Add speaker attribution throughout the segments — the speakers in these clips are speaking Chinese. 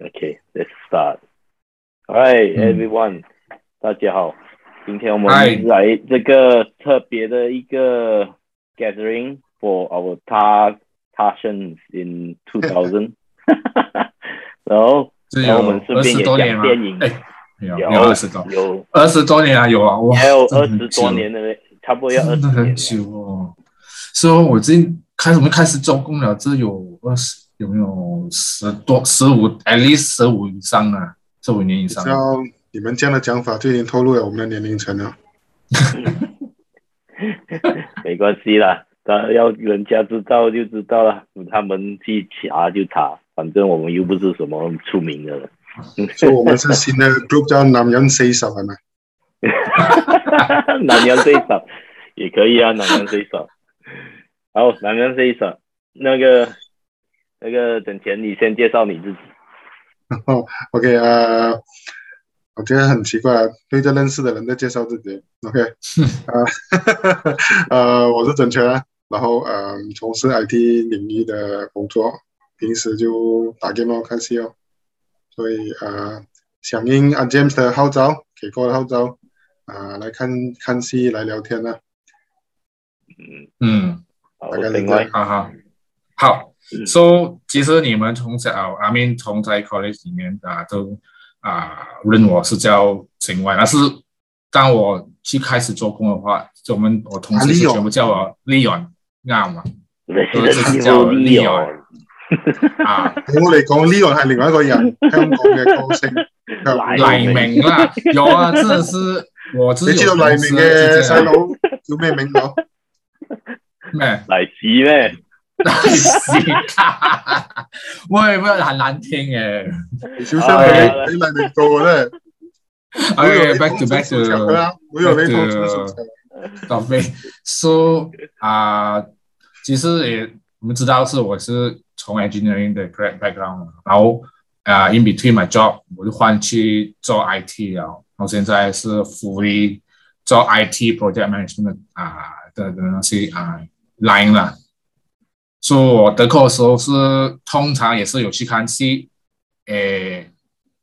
Speaker 1: Okay, let's start. Alright,
Speaker 2: 嗯
Speaker 1: everyone，、大家好，今天我们
Speaker 2: Hi
Speaker 1: 来这个特别的一个 gathering for our ta passions in 2000，然后
Speaker 2: 是
Speaker 1: 然
Speaker 2: 有
Speaker 1: 后我们顺
Speaker 2: 二
Speaker 1: 便
Speaker 2: 十
Speaker 1: 也
Speaker 2: 多年
Speaker 1: 讲
Speaker 2: 吗
Speaker 1: 电影？
Speaker 2: 哎，有
Speaker 1: 有啊
Speaker 2: 有二十多，
Speaker 1: 有
Speaker 2: 二十多年啊，有啊，哇，
Speaker 1: 还有
Speaker 2: 真
Speaker 1: 二
Speaker 2: 的
Speaker 1: 十
Speaker 2: 很
Speaker 1: 多
Speaker 2: 久
Speaker 1: 年的，差不多要二
Speaker 2: 真
Speaker 1: 十
Speaker 2: 的很
Speaker 1: 年
Speaker 2: 久哦。是哦，我最近开始我们开始做工了，这有二十有没有十多十五，at least 十五以上啊，十五年以上。
Speaker 3: 照你们这样的讲法，就已经透露了我们的年龄层啊了。
Speaker 1: 了，没关系啦，当然要人家知道就知道了，他们去查就查，反正我们又不是什么出名的人。
Speaker 3: 所以我们是新的 group 叫男人 C 手，还吗？
Speaker 1: 南洋这一首也可以啊，南洋这一首。好，南洋这一首，那个那个，等钱你先介绍你自己。
Speaker 3: OK 呃，我觉得很奇怪，对着认识的人在介绍自己。OK，呃， 呃，我是整全，然后呃，从事 IT 领域的工作，平时就打 game 咯，看戏哦。所以呃，响应阿 James 的号召，给哥的号召，啊、来看看戏，来聊天呢、
Speaker 1: 嗯，
Speaker 2: 嗯，
Speaker 1: 好，
Speaker 3: 大概是
Speaker 1: 另
Speaker 3: 这
Speaker 1: 外
Speaker 3: 样，
Speaker 2: 好好啊好。
Speaker 1: 嗯
Speaker 2: So，其实你们从小阿 mean 从在 college 里面啊，都啊认我是叫陈外，但是当我去开始做工的话，就我们我同事
Speaker 3: 啊
Speaker 2: 就
Speaker 3: ，Leon
Speaker 2: 全部叫我 Leon，啱啊嘛？
Speaker 1: 人
Speaker 2: 是叫
Speaker 1: 利
Speaker 2: Leon 啊，
Speaker 3: 我嚟講呢個係另外一個人，香港嘅歌星，哎
Speaker 1: 賴
Speaker 2: 黎明啦，有啊，真的 是我
Speaker 3: 你
Speaker 2: 知
Speaker 3: 知道黎明嘅細佬叫咩名冇？
Speaker 2: 咩？
Speaker 1: 来洗咩？
Speaker 2: 喂，不過很難聽 嘅。
Speaker 3: 你小心
Speaker 2: 哎
Speaker 3: 俾俾黎明告嘅咧。
Speaker 2: Okay, 哎 back to back
Speaker 3: 佢
Speaker 2: to
Speaker 3: 啦，會有你同中熟場。
Speaker 2: 咖啡。So 啊、其實也我們知道是我是從 engineering 的 grad background，然後啊、in between my job 我就換去做 IT 了，然後現在是 fully 做 IT project management 的啊、的的那些啊、line 啦。所、以我得空的时候是通常也是有去看戏，诶，呃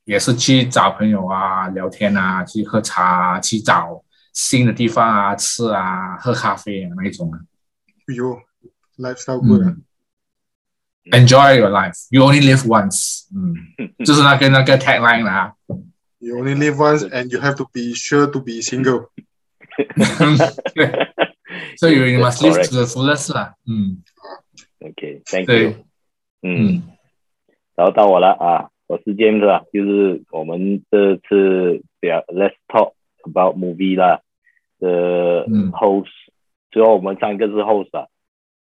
Speaker 2: 也是去找朋友啊聊天啊，去喝茶啊，去找新的地方啊吃啊，喝咖啡啊那一种啊。
Speaker 3: 哎呦，lifestyle good 啊
Speaker 2: 嗯，Enjoy your life, you only live once。嗯，就是那个那个 tagline 啦、
Speaker 3: ！You only live once and you have to be sure to be single。
Speaker 2: 所 so you you must live
Speaker 1: Correct.
Speaker 2: to the fullest 啦。嗯，
Speaker 1: OK，Thank you
Speaker 2: 对。，
Speaker 1: 嗯。
Speaker 2: 嗯
Speaker 1: 然后到我了啊，我是 James 啦，就是我们这次表 Let's Talk About Movie 啦的
Speaker 2: 嗯
Speaker 1: host，、最后我们三个是 host 啊，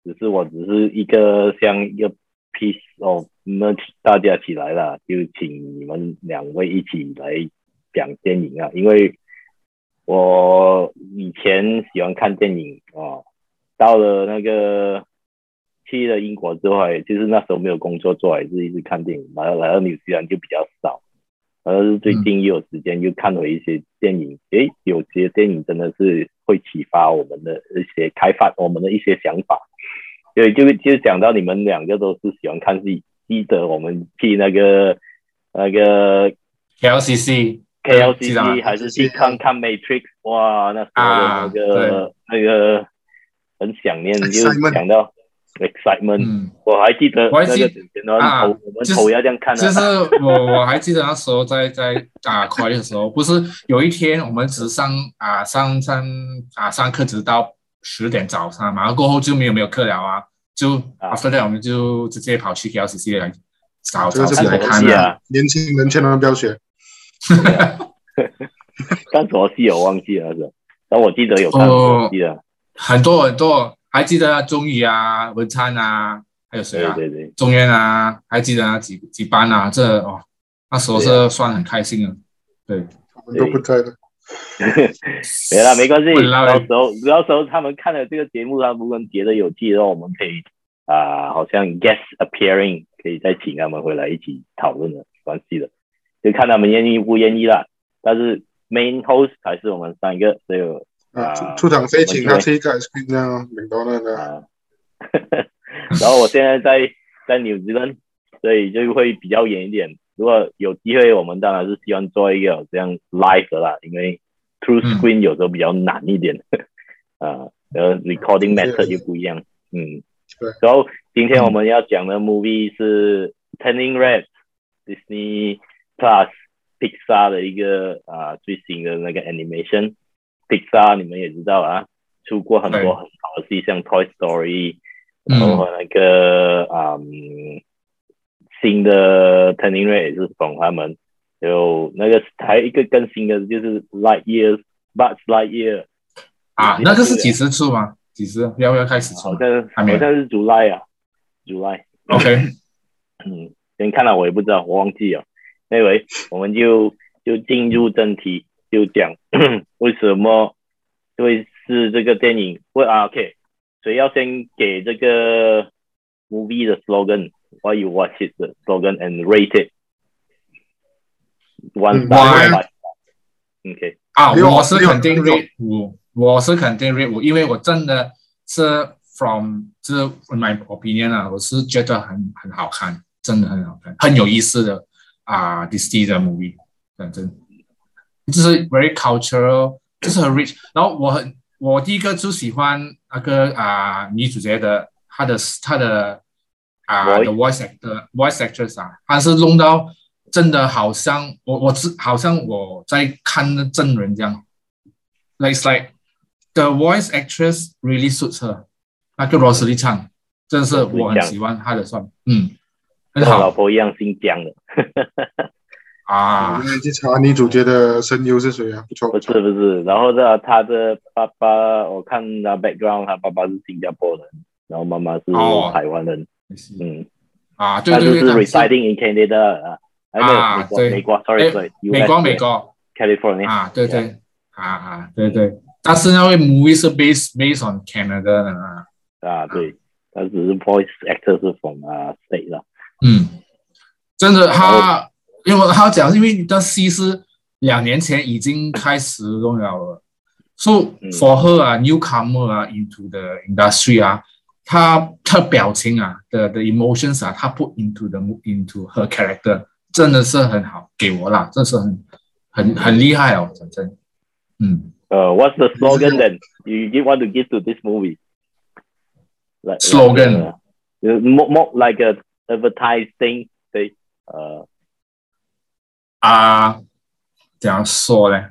Speaker 1: 只是我只是一个像一个 piece of merch，大家起来了，就请你们两位一起来讲电影啊，因为我以前喜欢看电影啊，到了那个去了英国之后，就是那时候没有工作做，还是一直看电影。来来到纽西兰就比较少，而是最
Speaker 2: 嗯
Speaker 1: 近又有时间，又看了一些电影。诶，有些电影真的是会启发我们的一些开发我们的一些想法。对，就就讲到你们两个都是喜欢看戏，记得我们去那个那个
Speaker 2: ，LCC 嗯记得啊
Speaker 1: KLCC
Speaker 2: 吗
Speaker 1: 还是去看看 Matrix，哇，那时候的那个、那个很想念，就
Speaker 3: Excitement
Speaker 1: 想到 excitement，、
Speaker 2: 嗯。
Speaker 1: 我还记得
Speaker 2: 我还
Speaker 1: 那
Speaker 2: 记
Speaker 1: 个整天都
Speaker 2: 啊
Speaker 1: 头我们
Speaker 2: 就是
Speaker 1: 头要这样看
Speaker 2: 就是
Speaker 1: 的，
Speaker 2: 我我还记得那时候在在啊 college 的时候，不是有一天我们只上啊上上啊上课直到十点早上嘛，然后过后就没有没有课了啊，就
Speaker 1: 啊
Speaker 2: after that 我们就直接跑去 KLCC 来啊找
Speaker 3: 这个
Speaker 2: 找
Speaker 3: 是
Speaker 2: 戏
Speaker 1: 看
Speaker 3: 比
Speaker 1: 什么
Speaker 2: 来
Speaker 3: 较
Speaker 2: 看
Speaker 1: 戏
Speaker 2: 了。
Speaker 1: 啊？
Speaker 3: 年輕人千萬不要
Speaker 2: 哎
Speaker 3: 學。
Speaker 1: 看什么戏我忘记了那时候，但我记得有看什么戏啊？
Speaker 2: 很多很多，还记得钟宇啊、文灿啊，还有谁
Speaker 1: 对
Speaker 2: 啊？
Speaker 1: 对对，
Speaker 2: 钟渊啊，还记得那几几班啊？这哦，那时候
Speaker 1: 对
Speaker 2: 是算很开心的。对，
Speaker 3: 我们都不在了。
Speaker 1: 没了没关系，
Speaker 2: 我老
Speaker 1: 到时候到时候他们看了这个节目，他们如果觉得有趣的话，我们可以啊、好像 guest appearing 可以再请他们回来一起讨论的，没关系的，就看他们愿意不愿意啦。但是 main host 还是我们三个，所以我
Speaker 3: 啊，
Speaker 1: 啊
Speaker 3: 出出场费請他
Speaker 1: 我
Speaker 3: 吃一個 ice cream 這樣哦，明白 了的。
Speaker 1: 啊，然后我现在在在纽西兰，所以就会比较远一点，如果有机会，我们当然是希望做一个有这样 live 的啦，因为 through
Speaker 2: 嗯
Speaker 1: screen 有时候比较难一点， 啊，然后 recording
Speaker 3: 对
Speaker 1: method 又不一样，嗯，
Speaker 3: 对。
Speaker 1: 然后今天我们要讲的 movie 是 Turning Red Disney Plus Pixar 的一个啊、最新的那个 animation。Pixar 你们也知道啊，出过很
Speaker 2: 对
Speaker 1: 多很好的戏，像 Toy Story，然
Speaker 2: 嗯
Speaker 1: 后和那个啊、嗯新的 Turning Red 也是从他们。有那个还有一个更新的就是 Light Years Buzz Light Year，
Speaker 2: 啊，那个是几时出吗？几时要要开始出
Speaker 1: 好像好
Speaker 2: 还没有
Speaker 1: 像是 July 啊，July。
Speaker 2: ？OK，
Speaker 1: 嗯，先看了我也不知道，我忘记了。那位，我们就就进入正题，就讲 为什么会是这个电影？问啊，OK，谁要先给这个 movie 的 slogan？Why you watch it 的 slogan and rate it one
Speaker 3: 嗯
Speaker 1: star five star。OK，
Speaker 2: 啊，
Speaker 3: 因为我
Speaker 2: 我是肯定
Speaker 3: 因为我
Speaker 2: rate 五，我是肯定 rate 五，因为我真的是 from 就是 in my opinion 啊，我是觉得很很好看，真的很好看，很有意思的啊，Disney 的 movie，反正就是 very cultural，就是很 rich。然后我很我第一个就喜欢那个啊女主角的她的她的啊
Speaker 1: Voice
Speaker 2: the voice actor voice actress 啊，她是弄到真的好像我我是好像我在看真人这样，like it's like the voice actress really suits her，那个 Rosalie Chan 真的是
Speaker 1: Rosalie
Speaker 2: 我很
Speaker 1: Chan
Speaker 2: 喜欢她的算嗯很
Speaker 1: 跟我老
Speaker 2: 好
Speaker 1: 婆一样姓姜的，
Speaker 2: 啊
Speaker 3: 我现在去查女主角的声优是谁啊？不错，
Speaker 1: 不
Speaker 3: 不
Speaker 1: 是
Speaker 3: 错。
Speaker 1: 不是。然后呢，他的爸爸，我看他 background，他爸爸是新加坡人，然后妈妈是
Speaker 2: 哦
Speaker 1: 台湾人，嗯。
Speaker 2: 啊对
Speaker 1: 他就是
Speaker 2: 对对，她
Speaker 1: Mm. residing in Canada 啊，哎，没有
Speaker 2: 啊
Speaker 1: 美国，
Speaker 2: 对
Speaker 1: 美国，sorry
Speaker 2: 哎
Speaker 1: sorry，
Speaker 2: 美国美
Speaker 1: US
Speaker 2: 国。
Speaker 1: California，
Speaker 2: 啊，对对，啊啊，对对，但是那位 movie 是 based based on Canada 的啊，
Speaker 1: 啊，对，他只是 voice actor 是 from 啊 state 啦，
Speaker 2: 嗯，真的，他因为他讲，因为那戏是两年前已经开始弄了了，so
Speaker 1: 嗯
Speaker 2: for her 啊，newcomer 啊，into the industry 啊，他他表情啊的的 emotions 啊，他 put into the mo- into her character，真的是很好，给我啦，这是很很很厉害哦，讲真，嗯。
Speaker 1: 呃，What's the slogan then you give want to give to this movie? Like
Speaker 2: Slogan.
Speaker 1: like, uh, you know, more more like a advertising say uh, 呃
Speaker 2: 啊，怎样说呢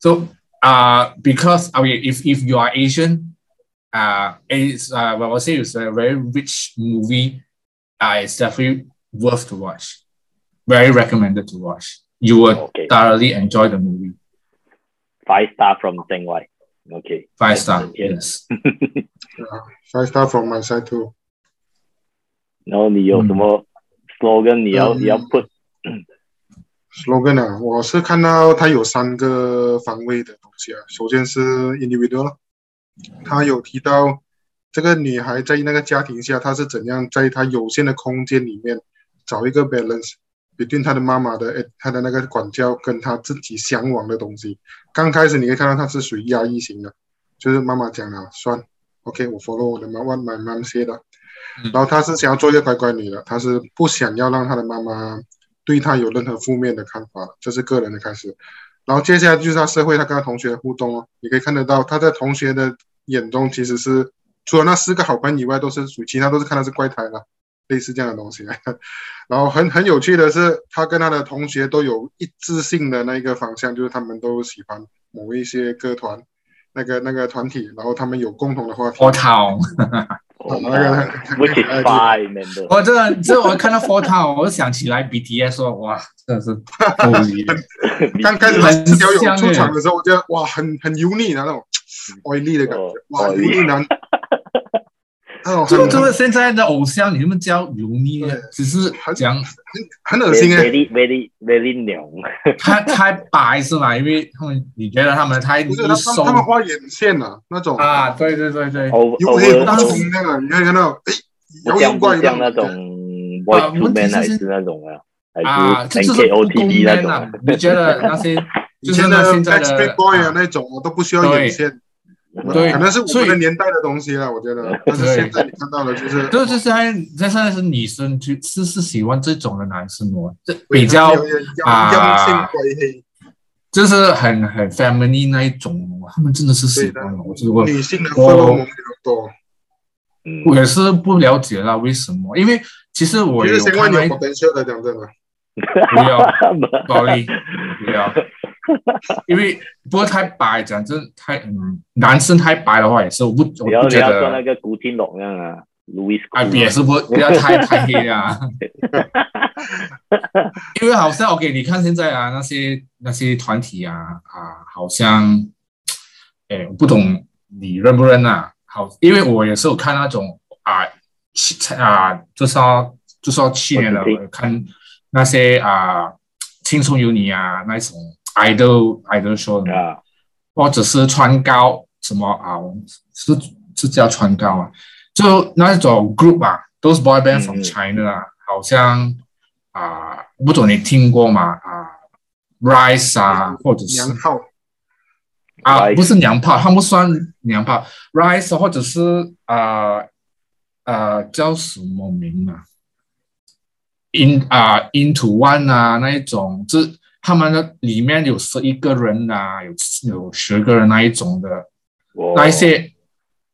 Speaker 2: ？So 啊、b e c a u s e I mean, if if you are Asian, 啊、it's 啊、what I say is a very rich movie. 啊、it's definitely worth to watch. Very recommended to watch. You will
Speaker 1: Okay.
Speaker 2: thoroughly enjoy the movie.
Speaker 1: five star from Shanghai. OK，
Speaker 2: Five star.
Speaker 1: Yeah.
Speaker 2: Yes.
Speaker 3: Five star from my side too。
Speaker 1: 然后你有什么 slogan 你要
Speaker 3: 嗯
Speaker 1: 你要 put
Speaker 3: slogan 啊，我是看到它有三个方位的东西啊。首先是 individual，它有提到这个女孩在那个家庭下，她是怎样在她有限的空间里面找一个 balance。between 她的妈妈的，诶她的那个管教跟她自己向往的东西。刚开始你可以看到她是属于压抑型的，就是妈妈讲了算，OK，我 follow 我的妈 what my mom said 的
Speaker 2: 嗯。
Speaker 3: 然后她是想要做一个乖乖女的，她是不想要让她的妈妈对她有任何负面的看法，这是个人的开始。然后接下来就是她社会，她跟她同学的互动哦，你可以看得到她在同学的眼中其实是除了那四个好朋友以外，都是属于其他都是看她是怪胎了，类似这样的东西。啊然后很很有趣的是，她跟她的同学都有一致性的那一个方向，就是他们都喜欢某一些歌团。那个那个团体，然后他们有共同的话题。
Speaker 2: Four Town，
Speaker 1: 哦
Speaker 3: 那个
Speaker 1: which is five member？
Speaker 2: 我真的，这我看到 Four Town，我就想起来 BTS 说，哇，真的是不理解
Speaker 3: 刚开始
Speaker 2: 很
Speaker 3: 四条
Speaker 2: 像
Speaker 3: 友出
Speaker 2: 欸
Speaker 3: 场的时候，我觉得哇，很很油腻的那种 oily 的感觉
Speaker 1: 哦，
Speaker 3: 哇，油
Speaker 1: oily
Speaker 3: 腻男，那 种
Speaker 2: 就
Speaker 3: 很
Speaker 2: 就是现在的偶像，你们叫油腻呢
Speaker 3: 对，
Speaker 2: 只是讲
Speaker 3: 很恶心哎，
Speaker 1: very very very 娘，
Speaker 2: 太太白是吗？因为他们你觉得他们太
Speaker 3: 不是他
Speaker 2: 一
Speaker 3: 们
Speaker 2: 瘦
Speaker 3: 他们画眼线啊，那种
Speaker 2: 啊？对对对对，
Speaker 1: 偶
Speaker 3: 油
Speaker 1: 偶
Speaker 3: 黑
Speaker 1: 尔
Speaker 3: 不
Speaker 2: 当
Speaker 1: 偶
Speaker 2: 时
Speaker 3: 冲那个，你可以看到，哎，
Speaker 1: 不
Speaker 3: 妖
Speaker 1: 像
Speaker 3: 艳
Speaker 1: 不
Speaker 3: 怪
Speaker 1: 像那种
Speaker 3: 种，
Speaker 1: voice to
Speaker 2: 问题
Speaker 1: man
Speaker 2: 是
Speaker 1: 还是那种啊，
Speaker 2: 啊，
Speaker 1: 还
Speaker 2: 这
Speaker 1: 是 N
Speaker 2: 就是
Speaker 1: K
Speaker 2: 不
Speaker 1: O
Speaker 2: 公
Speaker 1: T V 那
Speaker 2: 平
Speaker 1: 种啊
Speaker 2: 啊！你觉得那些
Speaker 3: 以
Speaker 2: 就是
Speaker 3: 前
Speaker 2: 那
Speaker 3: 的
Speaker 2: 现在
Speaker 3: Backstreet
Speaker 2: 的
Speaker 3: Boy 啊
Speaker 2: 啊
Speaker 3: 那种，我都不需要
Speaker 2: 对
Speaker 3: 眼线，
Speaker 2: 对
Speaker 3: 可能是我
Speaker 2: 所
Speaker 3: 们
Speaker 2: 以
Speaker 3: 的年代的东西了，我觉得。但是
Speaker 2: 对
Speaker 3: 现在你看到的就是
Speaker 2: 就是现在，现在是女生就是是喜欢这种的男生哦，这
Speaker 3: 对
Speaker 2: 比较
Speaker 3: 他们有点
Speaker 2: 啊
Speaker 3: 阴性归黑，
Speaker 2: 就是很很 family 那一种，他们真的是喜欢
Speaker 3: 对
Speaker 2: 哦。我就是我
Speaker 3: 女性的
Speaker 2: 我
Speaker 3: 荷尔蒙比较多。
Speaker 1: 嗯，
Speaker 2: 我也是不了解啦，为什么？因为其实我
Speaker 3: 其实
Speaker 2: 有
Speaker 3: 先
Speaker 2: 看
Speaker 3: 问有
Speaker 2: 到一
Speaker 3: potential 的，讲真的，
Speaker 2: 不要，sorry，不要，啊因为不过太白，讲真太嗯，男生太白的话也是，我不
Speaker 1: 你
Speaker 2: 我
Speaker 1: 要
Speaker 2: 不
Speaker 1: 你
Speaker 2: 觉
Speaker 1: 要做那
Speaker 2: 得。
Speaker 1: 个古天龙那样啊，Louis，
Speaker 2: 啊，也是不不要太太黑啊， 因为好像 OK，你看现在啊，那些那些团体啊啊，好像，哎，我不懂你认不认啊？好，因为我也是有看那种啊去啊，就说就说去年的
Speaker 1: 我知道
Speaker 2: 看那些啊，青春有你啊那种 idol idol show 的嘛
Speaker 1: 啊，
Speaker 2: 或者是穿高什么啊，是是叫穿高啊，就那种 group 啊，都是 boy band from
Speaker 1: 嗯
Speaker 2: China 啊，好像啊，不懂你听过吗？啊，Rise 啊，或者是
Speaker 3: 娘炮
Speaker 2: 啊，
Speaker 1: Rise
Speaker 2: 不是娘炮，他们算娘炮，Rise 啊或者是啊啊叫什么名啊？In 啊、Into One 啊那一种，这他们的里面有十一个人啊，有有十个人那一种的，
Speaker 1: 我
Speaker 2: 那一些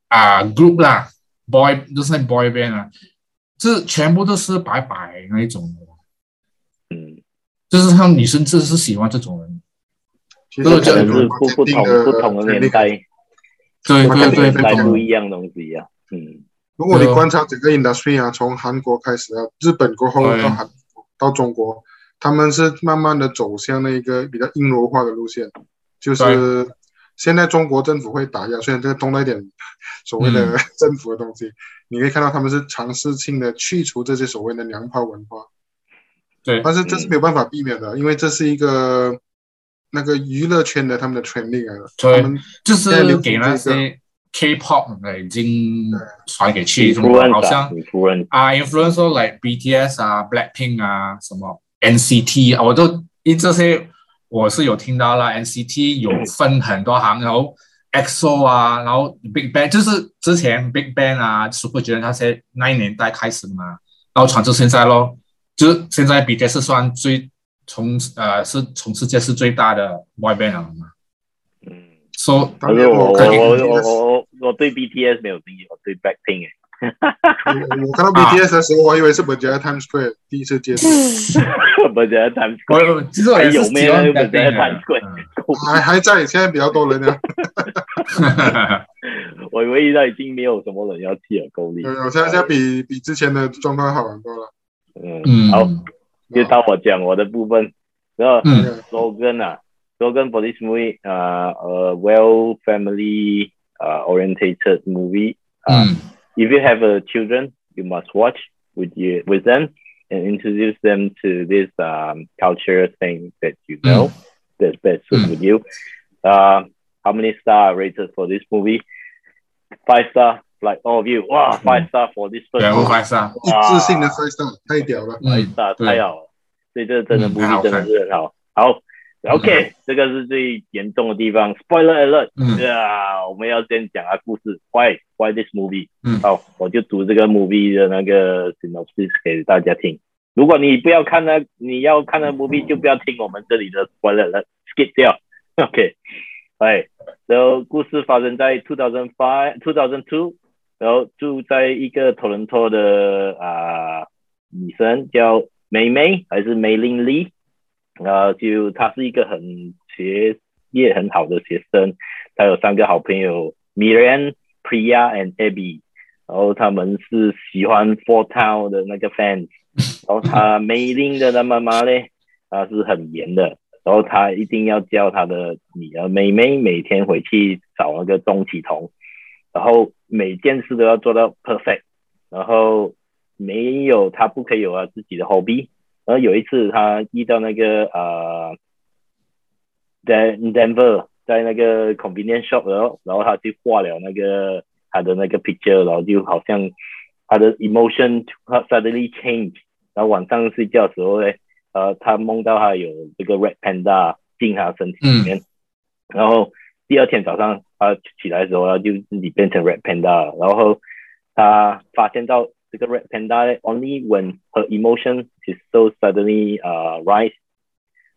Speaker 2: 啊、group 啦，boy 就是那 boy band 啊，这全部都是白白那一种的，
Speaker 1: 嗯，
Speaker 2: 就是他们女生就是喜欢这种人，
Speaker 3: 其
Speaker 2: 都
Speaker 1: 可
Speaker 2: 是
Speaker 3: 实
Speaker 2: 这
Speaker 1: 能
Speaker 2: 样
Speaker 1: 是不不同不同的年代，
Speaker 2: 对
Speaker 1: 不
Speaker 2: 对
Speaker 1: 同
Speaker 2: 对，
Speaker 1: 年
Speaker 2: 不
Speaker 1: 代
Speaker 2: 懂
Speaker 1: 不一样东西啊，嗯，
Speaker 3: 如果你
Speaker 2: 啊
Speaker 3: 观察整个 industry 啊，从韩国开始啊，日本过后
Speaker 2: 对
Speaker 3: 到韩到中国，他们是慢慢的走向那个比较阴柔化的路线，就是现在中国政府会打压，虽然这个动了一点所谓
Speaker 2: 嗯
Speaker 3: 的 政府的东西，你可以看到他们是尝试性的去除这些所谓的娘炮文化，
Speaker 2: 对
Speaker 3: 但是
Speaker 1: 嗯
Speaker 3: 这是没有办法避免的，因为这是一个那个娱乐圈的他们的权利来的，
Speaker 2: 对
Speaker 3: 他们
Speaker 2: 就是给那些 K-pop 的已经传给去
Speaker 1: 你
Speaker 2: 中
Speaker 1: 夫
Speaker 2: 国，
Speaker 1: 人
Speaker 2: 好
Speaker 1: 啊，
Speaker 2: 像
Speaker 1: 你夫人
Speaker 2: 啊 influencer like BTS 啊、Blackpink 啊、什么 NCT 啊，我都因这些我是有听到啦，NCT 有分很多行，然后 EXO 啊，然后 Big Bang 就是之前 Big Bang 啊、Super Junior 那些那一年代开始的嘛，然后传至现在咯，就是现在 BTS 是算最从呃是从世界是最大的 boy band 了嘛，
Speaker 1: 嗯。
Speaker 2: so,
Speaker 1: 可
Speaker 3: 当
Speaker 1: 是
Speaker 3: 年
Speaker 1: 我我
Speaker 2: 可以
Speaker 1: 我我我我对 BTS 没有兴趣，我对 Blackpink 欸
Speaker 3: 我我看到
Speaker 2: 啊
Speaker 3: BTS 的时候，我以为是本杰明 Times Square 第一次接触。
Speaker 1: 我觉得他们
Speaker 2: 我有，其实我也是喜欢 b l a c k
Speaker 1: 还有没有
Speaker 2: p
Speaker 1: 太贵
Speaker 3: 还 还在，现在比较多 人了。
Speaker 1: 我以为到已经没有什么人要踢耳勾力。
Speaker 3: 有有，现在现在比比之前的状况好很多了。
Speaker 1: 嗯，
Speaker 2: 嗯，
Speaker 1: 好，就到我讲我的部分。然后
Speaker 2: 嗯
Speaker 1: slogan 啊，slogan for this movie 啊，呃，well family 啊 orientated movie 啊
Speaker 2: 嗯
Speaker 1: ，if you have uh, children you must watch with you with them and introduce them to this um culture thing that you know that's best suit
Speaker 2: Mm.
Speaker 1: with you. Uh, how many star rated for this movie? Five star, like all of you. 哇，
Speaker 2: Mm.
Speaker 1: five star for this
Speaker 2: 对，我
Speaker 1: person，
Speaker 2: 怀上，
Speaker 3: 一致性
Speaker 1: 啊
Speaker 3: 的 five star 太屌了，
Speaker 1: 白
Speaker 2: 嗯，
Speaker 1: 色
Speaker 2: 对
Speaker 1: 太好了，啊所以这个真的
Speaker 2: 嗯
Speaker 1: movie
Speaker 2: 太好
Speaker 1: 真的是很好。好，OK，、这个是最严重的地方。Spoiler alert！
Speaker 2: 嗯
Speaker 1: 啊，我们要先讲啊故事。Why why this movie？
Speaker 2: 嗯
Speaker 1: 好，我就读这个 movie 的那个 synopsis 给大家听。如果你不要看呢，你要看
Speaker 2: 嗯
Speaker 1: 的 movie 就不要听我们这里的 spoiler 了，skip 掉。OK，哎，然后故事发生在 two thousand five two thousand two，然后住在一个多伦多的啊、女生叫梅梅还是梅玲丽，呃，就她是一个很学业很好的学生，她有三个好朋友 Miriam、Priya and Abby，然后他们是喜欢 Four Town 的那个 fans，然后她梅玲的她妈妈嘞，她是很严的，然后她一定要叫她的女儿梅梅每天回去找那个钟启彤，然后每件事都要做到 perfect，然后没有他不可以有啊自己的 hobby。然后有一次他遇到那个呃，在 Denver 在那个 convenience shop，然后然后他就画了那个他的那个 picture，然后就好像他的 emotion suddenly change。然后晚上睡觉的时候呢，呃，他梦到他有这个 red panda 进他身体里面，然后第二天早上他起来的时候，他就自己变成 Red Panda，然后他发现到这个 Red Panda 呢 only when her emotion is so suddenly 呃 rise，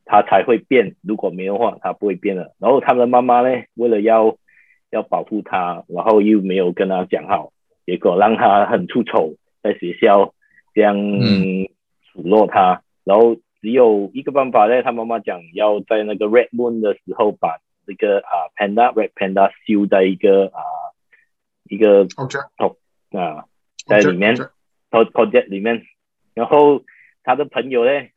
Speaker 1: 他才会变，如果没有的话，他不会变的。然后他们的妈妈呢，为了要要保护他，然后又没有跟他讲好，结果让他很出丑，在学校这样
Speaker 2: 嗯
Speaker 1: 数落他。然后只有一个办法呢，他妈妈讲要在那个 Red Moon 的时候把这个啊 Panda Red Panda 修在一个啊一个
Speaker 3: object
Speaker 1: 啊在里面
Speaker 3: object-
Speaker 1: pro- project 里面，然后他的朋友呢，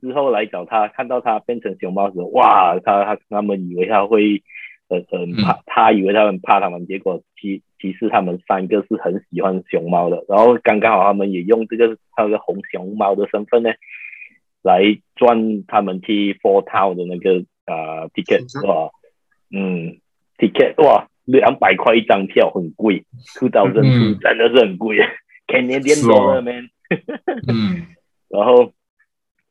Speaker 1: 之后来找他，看到他变成熊猫的时候，哇，他他他们以为他会很很
Speaker 2: 嗯
Speaker 1: 怕，他以为他们怕他们，结果其其实他们三个是很喜欢熊猫的，然后刚刚好他们也用这个他的红熊猫的身份呢，来赚他们去 Four Town 的那个啊 ticket
Speaker 3: 行
Speaker 1: 哇，嗯，ticket 哇，两百块一张票很贵，two thousand
Speaker 2: 嗯
Speaker 1: 真的是很贵，Canadian
Speaker 2: 是哦
Speaker 1: dollar man。
Speaker 2: 嗯
Speaker 1: 然后，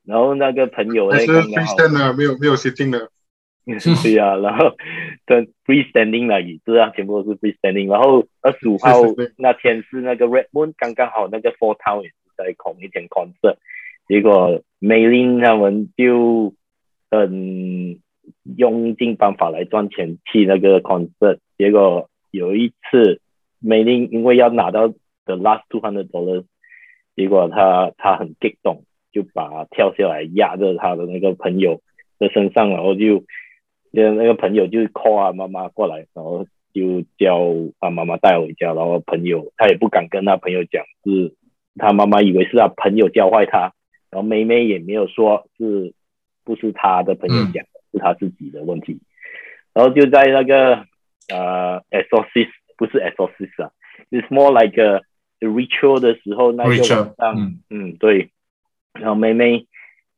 Speaker 1: 然后那个朋友
Speaker 3: 还
Speaker 1: 呢，
Speaker 3: 是
Speaker 1: 刚刚好
Speaker 3: freestand 的，没有没有 sitting 的。
Speaker 1: 对呀、啊 然后跟 freestanding 了椅子啊，全部都是 freestanding。然后二十五号
Speaker 3: 是是是
Speaker 1: 那天是那个 Red Moon，刚刚好那个 Four Town 也是在同一天 concert，结果 Maylin 他们就很用尽办法来赚钱去那个 concert，结果有一次 Maylin 因为要拿到 the last two hundred dollars，结果他他很激动，就把跳下来压着他的那个朋友的身上，然后就那那个朋友就 call 啊妈妈过来，然后就叫啊妈妈带回家，然后朋友他也不敢跟他朋友讲，是他妈妈以为是他朋友教坏他，然后妹妹也没有说是不是他的朋友讲的，是他自己的问题，然后就在那个呃 exorcist 不是 exorcist 啊，it's more like a 呃 ritual 的时候那个晚
Speaker 2: ，Richard，
Speaker 1: 上。
Speaker 2: 嗯
Speaker 1: 嗯，对。然后妹妹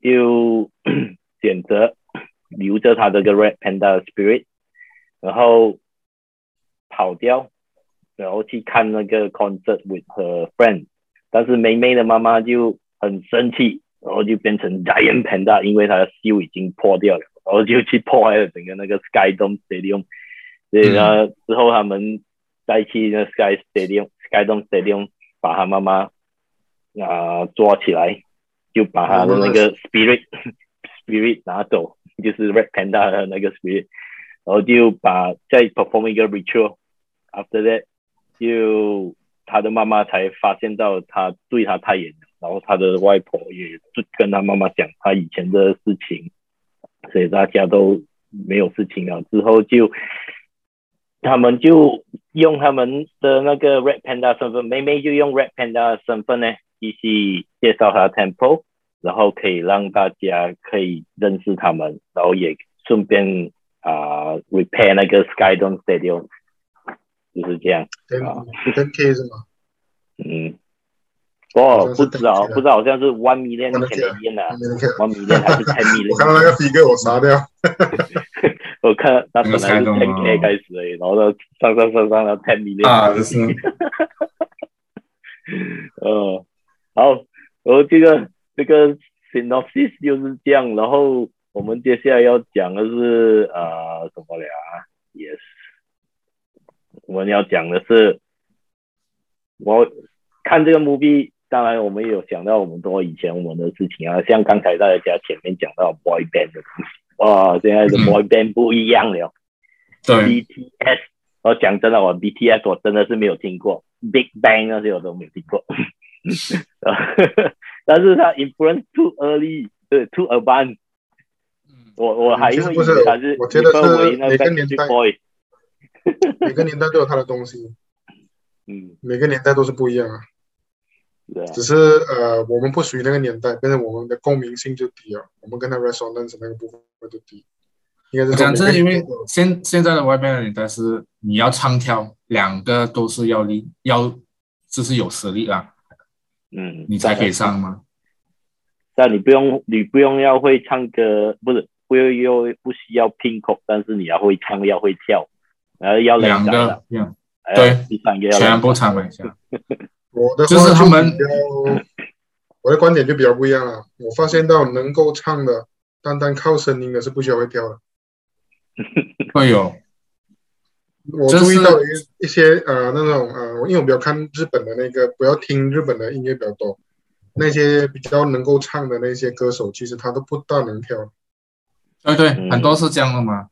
Speaker 1: 就 选择留着她这个 Red Panda Spirit，然后跑掉，然后去看那个 concert with her friend。但是梅梅的妈妈就很生气，然后就变成 Giant Panda，因为她的袖已经破掉了，然后就去破坏了整个那个 Sky Dome Stadium。所以呢，之后他们再去那 Sky Stadium、Sky Dome Stadium 把他妈妈啊、抓起来，就把他哦的那个 Spirit Spirit 拿走，就是 Red Panda 的那个 Spirit，然后就把再 perform 一个 ritual。After that，就他的妈妈才发现到他对他太严了，然后他的外婆也就跟他妈妈讲他以前的事情，所以大家都没有事情了。之后就他们就用他们的那个 Red Panda 身份，妹妹就用 Red Panda 的身份呢，继续介绍他的 Temple，然后可以让大家可以认识他们，然后也顺便啊、repair 那个 Skydome Stadium，就是这样。
Speaker 3: ten
Speaker 1: 啊
Speaker 3: ten k 是吗？
Speaker 1: 嗯，哦，
Speaker 3: 好像是
Speaker 1: 不知道，不
Speaker 3: 10
Speaker 1: 知道，好像是 one million
Speaker 3: One
Speaker 1: Canadian 的
Speaker 3: 没人看
Speaker 1: 啊，one million 还是 ten
Speaker 3: 我看到那
Speaker 1: million？
Speaker 3: 个 figure 我傻掉。
Speaker 1: 我看他本来
Speaker 2: 那
Speaker 1: 是
Speaker 2: 个猜中
Speaker 1: ten k
Speaker 2: 了
Speaker 1: 开始而已，然后到上上上上到 ten million，
Speaker 2: 啊，就是
Speaker 1: 呃，好，然后这个这个 synopsis 就是这样，然后我们接下来要讲的是呃什么了啊？Yes，我们要讲的是，我看这个 movie，当然我们也有想到我们多以前我们的事情啊，像刚才大家前面讲到 boy band 的东西，哇，现在的
Speaker 2: 嗯
Speaker 1: boy band 不一样了。
Speaker 2: 对，
Speaker 1: BTS，我哦讲真的，我 BTS 我真的是没有听过，Big Bang 那些我都没有听过， 但是他 influence too early，对，too advanced，我我还
Speaker 3: 嗯其
Speaker 1: 会
Speaker 3: 实
Speaker 1: 以
Speaker 3: 不是
Speaker 1: 为他是
Speaker 3: 我觉得是
Speaker 1: refer 为那
Speaker 3: 每个
Speaker 1: Backstreet
Speaker 3: 年代
Speaker 1: Boy，
Speaker 3: 每个年代都有它的东西，
Speaker 1: 嗯，
Speaker 3: 每个年代都是不一样啊。
Speaker 1: 是啊，
Speaker 3: 只是呃，我们不属于那个年代，但是我们的共鸣性就低了，我们跟它 resonance 那个部分就低。应该是
Speaker 2: 我
Speaker 3: 说
Speaker 2: 讲真的，
Speaker 3: 每个
Speaker 2: 因为
Speaker 3: 年代都有
Speaker 2: 现现在的外面的人，但是你要唱跳，两个都是要力，要就是有实力啊，
Speaker 1: 嗯，
Speaker 2: 你才可以上嘛。
Speaker 1: 但你不用你不用要会唱歌，不是不用又不需要拼口，但是你要会唱要会跳，然后要
Speaker 2: 两
Speaker 1: 能打了，
Speaker 2: 个一样，
Speaker 1: 还有
Speaker 2: 对
Speaker 1: 第三个要
Speaker 2: 全
Speaker 1: 能
Speaker 2: 部唱了一下。
Speaker 3: 我的话
Speaker 2: 就是他们
Speaker 3: 就比较，我的观点就比较不一样了。我发现到能够唱的，单单靠声音的是不需要会跳的。
Speaker 2: 会有
Speaker 3: 我
Speaker 2: 就是
Speaker 3: 注意到一一些呃那种呃，我因为我比较看日本的那个，不要听日本的音乐比较多，那些比较能够唱的那些歌手，其实他都不大能跳。
Speaker 2: 对哎对，
Speaker 1: 嗯
Speaker 2: 很多是这样的嘛，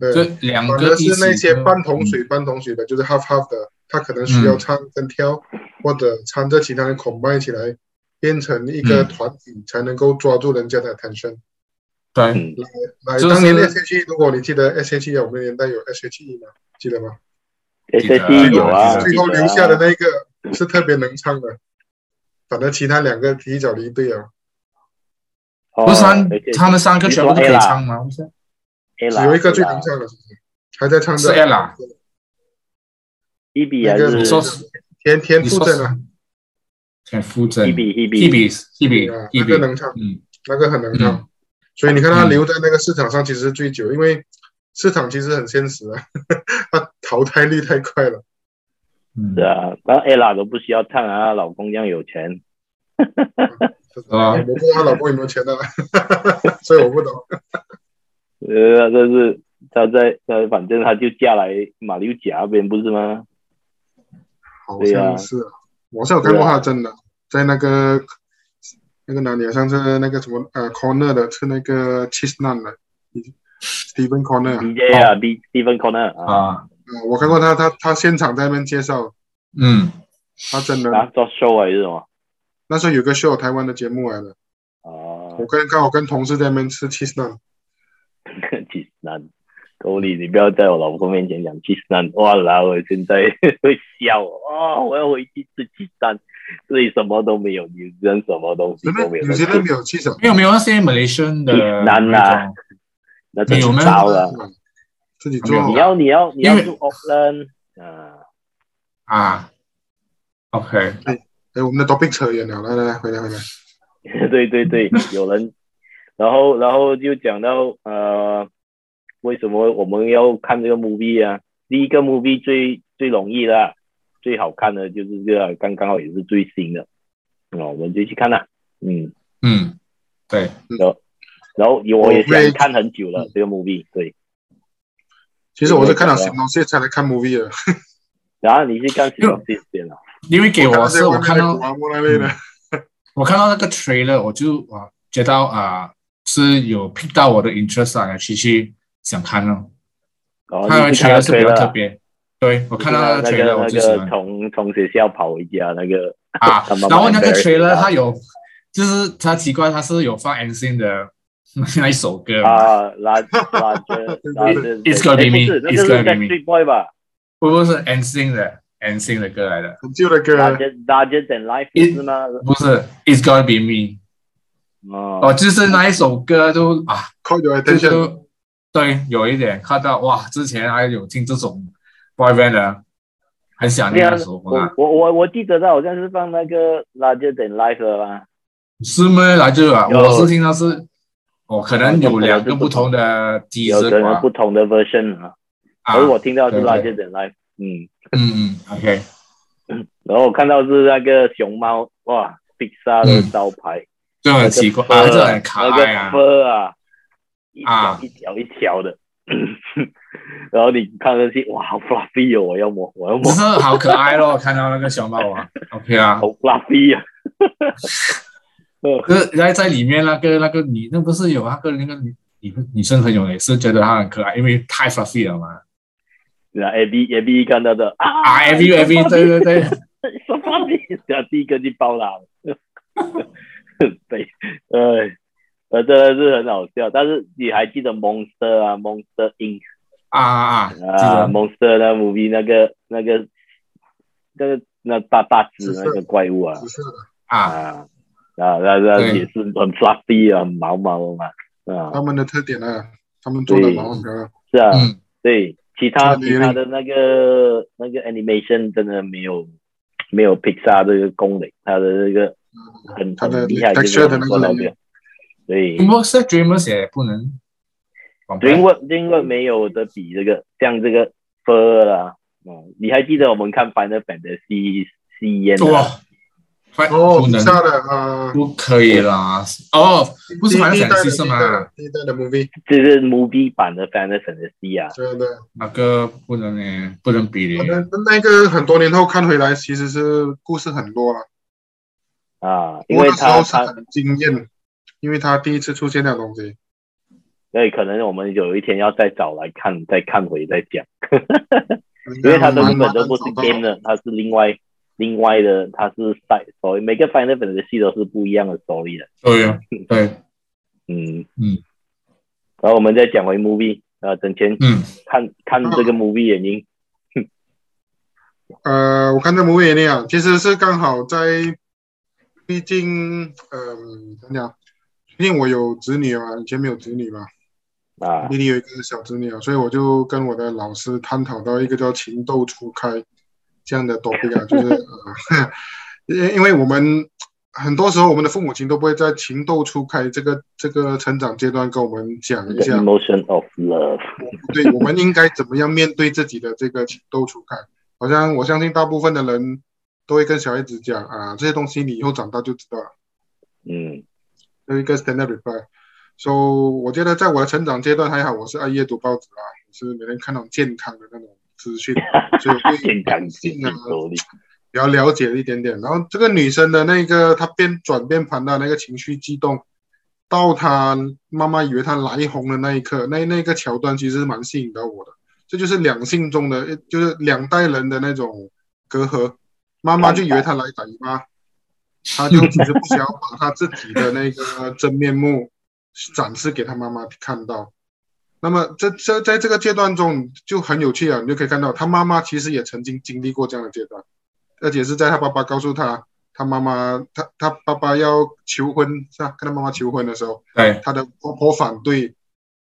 Speaker 2: 就
Speaker 3: 对，
Speaker 2: 两
Speaker 3: 反
Speaker 2: 个嗯
Speaker 3: 而
Speaker 2: 一
Speaker 3: 是
Speaker 2: 起
Speaker 3: 那些
Speaker 2: 就
Speaker 3: 半桶水半桶水的，就是 half half 的，他可能
Speaker 2: 嗯
Speaker 3: 需要唱跟跳，或者掺着其他人 combine 起来，变成一个
Speaker 2: 嗯
Speaker 3: 团体，才能够抓住人家的 attention。
Speaker 2: 对，
Speaker 1: 嗯，
Speaker 3: 来，
Speaker 2: 就是
Speaker 3: 当年 SHE，如果你记得 SHE，我们啊年代有 SHE 吗？记得吗？
Speaker 2: 记得
Speaker 1: S
Speaker 2: 啊
Speaker 1: H E 有啊，
Speaker 3: 最后
Speaker 1: 记得啊
Speaker 3: 留下的那个是特别能唱的，反正其他两个提早离队啊了，
Speaker 1: 哦
Speaker 2: 不是三
Speaker 1: 而且
Speaker 2: 他们三个全部都可以唱吗？不是
Speaker 3: 只
Speaker 1: Ella，啊
Speaker 3: 有一个最能
Speaker 1: Ella
Speaker 3: 唱的，是不是还在唱
Speaker 2: 是
Speaker 3: 着
Speaker 2: Ella，
Speaker 1: 伊比还
Speaker 3: 那个
Speaker 1: 是
Speaker 2: 你说是
Speaker 3: 田田
Speaker 2: 你
Speaker 3: 馥
Speaker 2: 说
Speaker 3: 甄
Speaker 2: 是
Speaker 3: 啊，
Speaker 2: 田馥甄
Speaker 1: 伊比伊比
Speaker 2: Hebe Hebe
Speaker 3: 啊那个
Speaker 2: Hebe，
Speaker 3: 能唱，
Speaker 2: 嗯
Speaker 3: 那个很能唱。
Speaker 2: 嗯，
Speaker 3: 所以你看他
Speaker 2: 嗯
Speaker 3: 留在那个市场上其实最久，因为市场其实很现实啊， 他淘汰率太快了。
Speaker 2: 嗯
Speaker 1: 是啊，然后 Ella 都不需要唱啊，她老公这样有钱，
Speaker 2: 啊
Speaker 3: 我不知道她老公有没有钱的、啊， 所以我不懂。
Speaker 1: 呃，这是她在她反正她就嫁来马六甲那边不是吗？
Speaker 3: 好
Speaker 1: 对呀
Speaker 3: 像是啊，我是有看过他真的，在那个那个哪里啊？上次那个什么呃，Corner 的是那个 Cheese Nun 的，Steven Corner 啊、
Speaker 2: 嗯
Speaker 1: DJ 啊，B Stephen Corner 啊，
Speaker 2: 啊，
Speaker 3: 呃我看过他，他他现场在那边介绍，
Speaker 2: 嗯
Speaker 3: 他真的、
Speaker 2: 啊
Speaker 1: 然后做 show 啊还是什么？
Speaker 3: 那时候有个 show 台湾的节目来的，
Speaker 1: 啊
Speaker 3: 我，跟刚好跟同事在那边吃 Cheese Nun，
Speaker 1: 其实男，狗里你不要在我老婆面前讲其实男，哇啦，我现在 会笑我哦，我要回去吃鸡蛋，这里什么都没有，你真什么东西
Speaker 3: 真的
Speaker 1: 都没有
Speaker 3: 有
Speaker 1: 得
Speaker 3: 些
Speaker 1: 吃，
Speaker 3: 人没有 cheese 啊
Speaker 2: 没有没有那些 Malaysian 的
Speaker 1: 男
Speaker 2: 那
Speaker 1: 啊
Speaker 2: 种，
Speaker 1: 那真是
Speaker 2: 有吗
Speaker 1: 糟啊了。
Speaker 3: 自己做。
Speaker 2: 没
Speaker 1: 你要你要你要
Speaker 2: 因为
Speaker 1: 住 Oakland，啊，
Speaker 2: 啊，OK，
Speaker 3: 哎，我们的 topic 扯远了，来来来，回来
Speaker 2: 嗯
Speaker 3: 回来。
Speaker 1: 对对对，有人，然后然后就讲到呃，为什么我们要看这个 movie 啊？第一个 movie 最最容易的，最好看的就是这个，刚刚好也是最新的，嗯，我们就去看了，嗯，
Speaker 2: 嗯，对，
Speaker 1: 然后有我
Speaker 2: 哦
Speaker 1: 也
Speaker 3: 我会
Speaker 1: 想看很久了这个 movie，对，
Speaker 3: 其实我是看
Speaker 2: 啊
Speaker 3: 了形容线才来看 movie 的，
Speaker 1: 然后你去看史
Speaker 2: 因为
Speaker 1: 老这边了，
Speaker 2: 因为给我啊
Speaker 3: 看
Speaker 2: 是我看到
Speaker 3: 古阿莫那类的，
Speaker 2: 我看到那个 trailer，我就啊觉得啊是有 pick 到我的 interest 啊，其实想看了。
Speaker 1: 然后
Speaker 2: 他那个
Speaker 1: 哦你去看
Speaker 2: trailer 是比较特
Speaker 1: 了，
Speaker 2: 别，对我看到那
Speaker 1: 那
Speaker 2: 个
Speaker 1: 个
Speaker 2: trailer 我
Speaker 1: 那
Speaker 2: 最喜
Speaker 1: 个
Speaker 2: 欢
Speaker 1: 从从学校跑回家那个
Speaker 2: 啊
Speaker 1: 他妈。妈
Speaker 2: 然后那个
Speaker 1: embarrassing
Speaker 2: trailer
Speaker 1: 他
Speaker 2: 它有，就是它奇怪它是有放 n c 的 那一首歌嘛，
Speaker 1: 啊，拉拉着拉着
Speaker 2: It's gonna be me,
Speaker 1: 那个
Speaker 2: it's
Speaker 1: 是
Speaker 2: gonna be me
Speaker 1: Backstreet Boy 吧？
Speaker 2: 不过是 n c 的 n c 的歌来的，
Speaker 3: 很旧的歌。
Speaker 2: 啊
Speaker 1: Larger Larger Than Life
Speaker 2: It-
Speaker 1: 是吗？
Speaker 2: 不是 It's gonna be me 哦，
Speaker 1: 哦，
Speaker 2: 就是那一首歌都啊，
Speaker 3: call your
Speaker 2: 这
Speaker 3: attention。
Speaker 2: 就对有一点看到哇，之前还有听这种 boy band 的，很想念那首歌
Speaker 1: 我
Speaker 2: 啊，
Speaker 1: 我我我记得他好像是放那个 Larger Than Life 的吧？
Speaker 2: 是吗？来就啊，
Speaker 1: 有
Speaker 2: 我是听到是。哦，可能有
Speaker 1: 有
Speaker 2: 两个不同的机
Speaker 1: 有
Speaker 2: 子
Speaker 1: 可能
Speaker 2: 吧
Speaker 1: 不，同的 version 啊，
Speaker 2: 啊
Speaker 1: 而，我听到是
Speaker 2: 对
Speaker 1: Larger
Speaker 2: 对
Speaker 1: Than Life，嗯，
Speaker 2: 嗯嗯，OK，
Speaker 1: 然后我看到是那个熊猫，哇，Pixar 的招牌，
Speaker 2: 就
Speaker 1: 那
Speaker 2: 很
Speaker 1: 个
Speaker 2: 奇怪
Speaker 1: fur
Speaker 2: 啊，这很可
Speaker 1: 那个
Speaker 2: 爱啊，
Speaker 1: fur 啊，一条
Speaker 2: 啊
Speaker 1: 一条一条的。然后你看上去哇，好 fluffy 哦！我要摸， 我要摸
Speaker 2: 只，是好可爱咯，看到那个熊猫啊，OK 啊
Speaker 1: 好，fluffy 啊！ 呃
Speaker 2: 可是然后在里面那个那个女，那不是有那个那个女女女生朋友也是觉得她很可爱，因为太 fluffy 了嘛，
Speaker 1: 然后 A B A B 看到的啊
Speaker 2: 啊 ，every every，对对对，
Speaker 1: 什么你？然后第一个就包揽了， 对，哎，呃，真的是很好笑。但是你还记得 Monster 啊，Monster Inc
Speaker 2: 啊啊啊，记
Speaker 1: 啊
Speaker 2: 得
Speaker 1: ，Monster 那 movie 那个那个那个那大大只那个怪物啊
Speaker 3: 紫色的，
Speaker 2: 啊，
Speaker 1: 啊啊，那那
Speaker 2: 对
Speaker 1: 也是很 fluffy 啊，很毛毛的嘛，啊，
Speaker 3: 他们的特点呢，他们做的蛮好的。
Speaker 1: 是啊，
Speaker 2: 嗯，
Speaker 1: 对，其他
Speaker 3: 那你
Speaker 1: 其他的那个那个 animation 真的没有没有 Pixar 这个功能，它的这个很
Speaker 3: 它的
Speaker 1: 很厉害，就
Speaker 3: texture
Speaker 1: 是
Speaker 3: 的那
Speaker 1: 做
Speaker 3: 个
Speaker 1: 到
Speaker 3: 能
Speaker 1: 这
Speaker 3: 力
Speaker 1: 个。对
Speaker 2: d r e a m w o r k s Dreamers 也不能
Speaker 1: ，DreamWorks DreamWorks 没有的比这个，像这个啊哦 Fur 啦，嗯，你还记得我们看 Final Fantasy 吸烟的
Speaker 2: 哇，快
Speaker 3: 哦，
Speaker 2: 不
Speaker 3: 底
Speaker 2: 能
Speaker 3: 下的啊，
Speaker 2: 不可以啦。哦，不是
Speaker 3: 第
Speaker 2: 反
Speaker 3: 第一代
Speaker 2: 闪系
Speaker 3: 的
Speaker 2: 是吗？
Speaker 3: 第一代的第一代的 movie，
Speaker 1: 这是 movie 版的 Final Fantasy 啊，
Speaker 3: 对对，
Speaker 2: 那个不能呢，不能比
Speaker 3: 那
Speaker 2: 的。
Speaker 3: 那个很多年后看回来，其实是故事很多了，
Speaker 1: 啊，
Speaker 3: 不
Speaker 1: 因
Speaker 3: 过
Speaker 1: 为
Speaker 3: 那时
Speaker 1: 他
Speaker 3: 候是
Speaker 1: 他
Speaker 3: 很惊艳，因为他第一次出现那东西。
Speaker 1: 对，可能我们有一天要再找来看，再看回再讲，因为它
Speaker 3: 的
Speaker 1: 都根本都不是 game 的，它是另外另外的，它是 side story，每个 Final Fantasy 都是不一样的 story 的，
Speaker 2: 对啊，对，
Speaker 1: 嗯
Speaker 2: 嗯，
Speaker 1: 然后我们再讲回 movie，呃，整前
Speaker 2: 嗯，
Speaker 1: 看看这
Speaker 3: 哦
Speaker 1: 个 movie 原因，
Speaker 3: 呃，我看这 movie 那样，其实是刚好在，毕竟，呃，怎么讲？毕竟我有子女嘛，以前没有子女嘛，
Speaker 1: 啊
Speaker 3: 弟弟有一个小子女啊，所以我就跟我的老师探讨到一个叫“情窦初开”这样的 topic 啊，就是呃，因因为我们很多时候我们的父母亲都不会在情窦初开这个这个成长阶段跟我们讲一
Speaker 1: ，The
Speaker 3: 下，
Speaker 1: emotion of love，
Speaker 3: 对我们应该怎么样面对自己的这个情窦初开。好像我相信大部分的人都会跟小孩子讲啊，这些东西你以后长大就知道了。
Speaker 1: 嗯
Speaker 3: 有一个 standard reply。So，我觉得在我的成长阶段还好，我是爱阅读报纸啊，我是每天看那种健康的那种资讯，所以我对
Speaker 1: 健康
Speaker 3: 性
Speaker 1: 性
Speaker 3: 啊
Speaker 1: 手里，
Speaker 3: 比较了解一点点。然后这个女生的那个她变转变盘的那个情绪激动，到她妈妈以为她来红的那一刻，那那个桥段其实是蛮吸引到我的。这就是两性中的，就是两代人的那种隔阂。妈妈就以为她来打姨妈，她就其实不想要把她自己的那个真面目展示给她妈妈看到。那么这这在这个阶段中就很有趣啊，你就可以看到她妈妈其实也曾经经历过这样的阶段，而且是在她爸爸告诉她，她妈妈她她爸爸要求婚是吧？跟她妈妈求婚的时候，
Speaker 2: 对，
Speaker 3: 她的婆婆反对，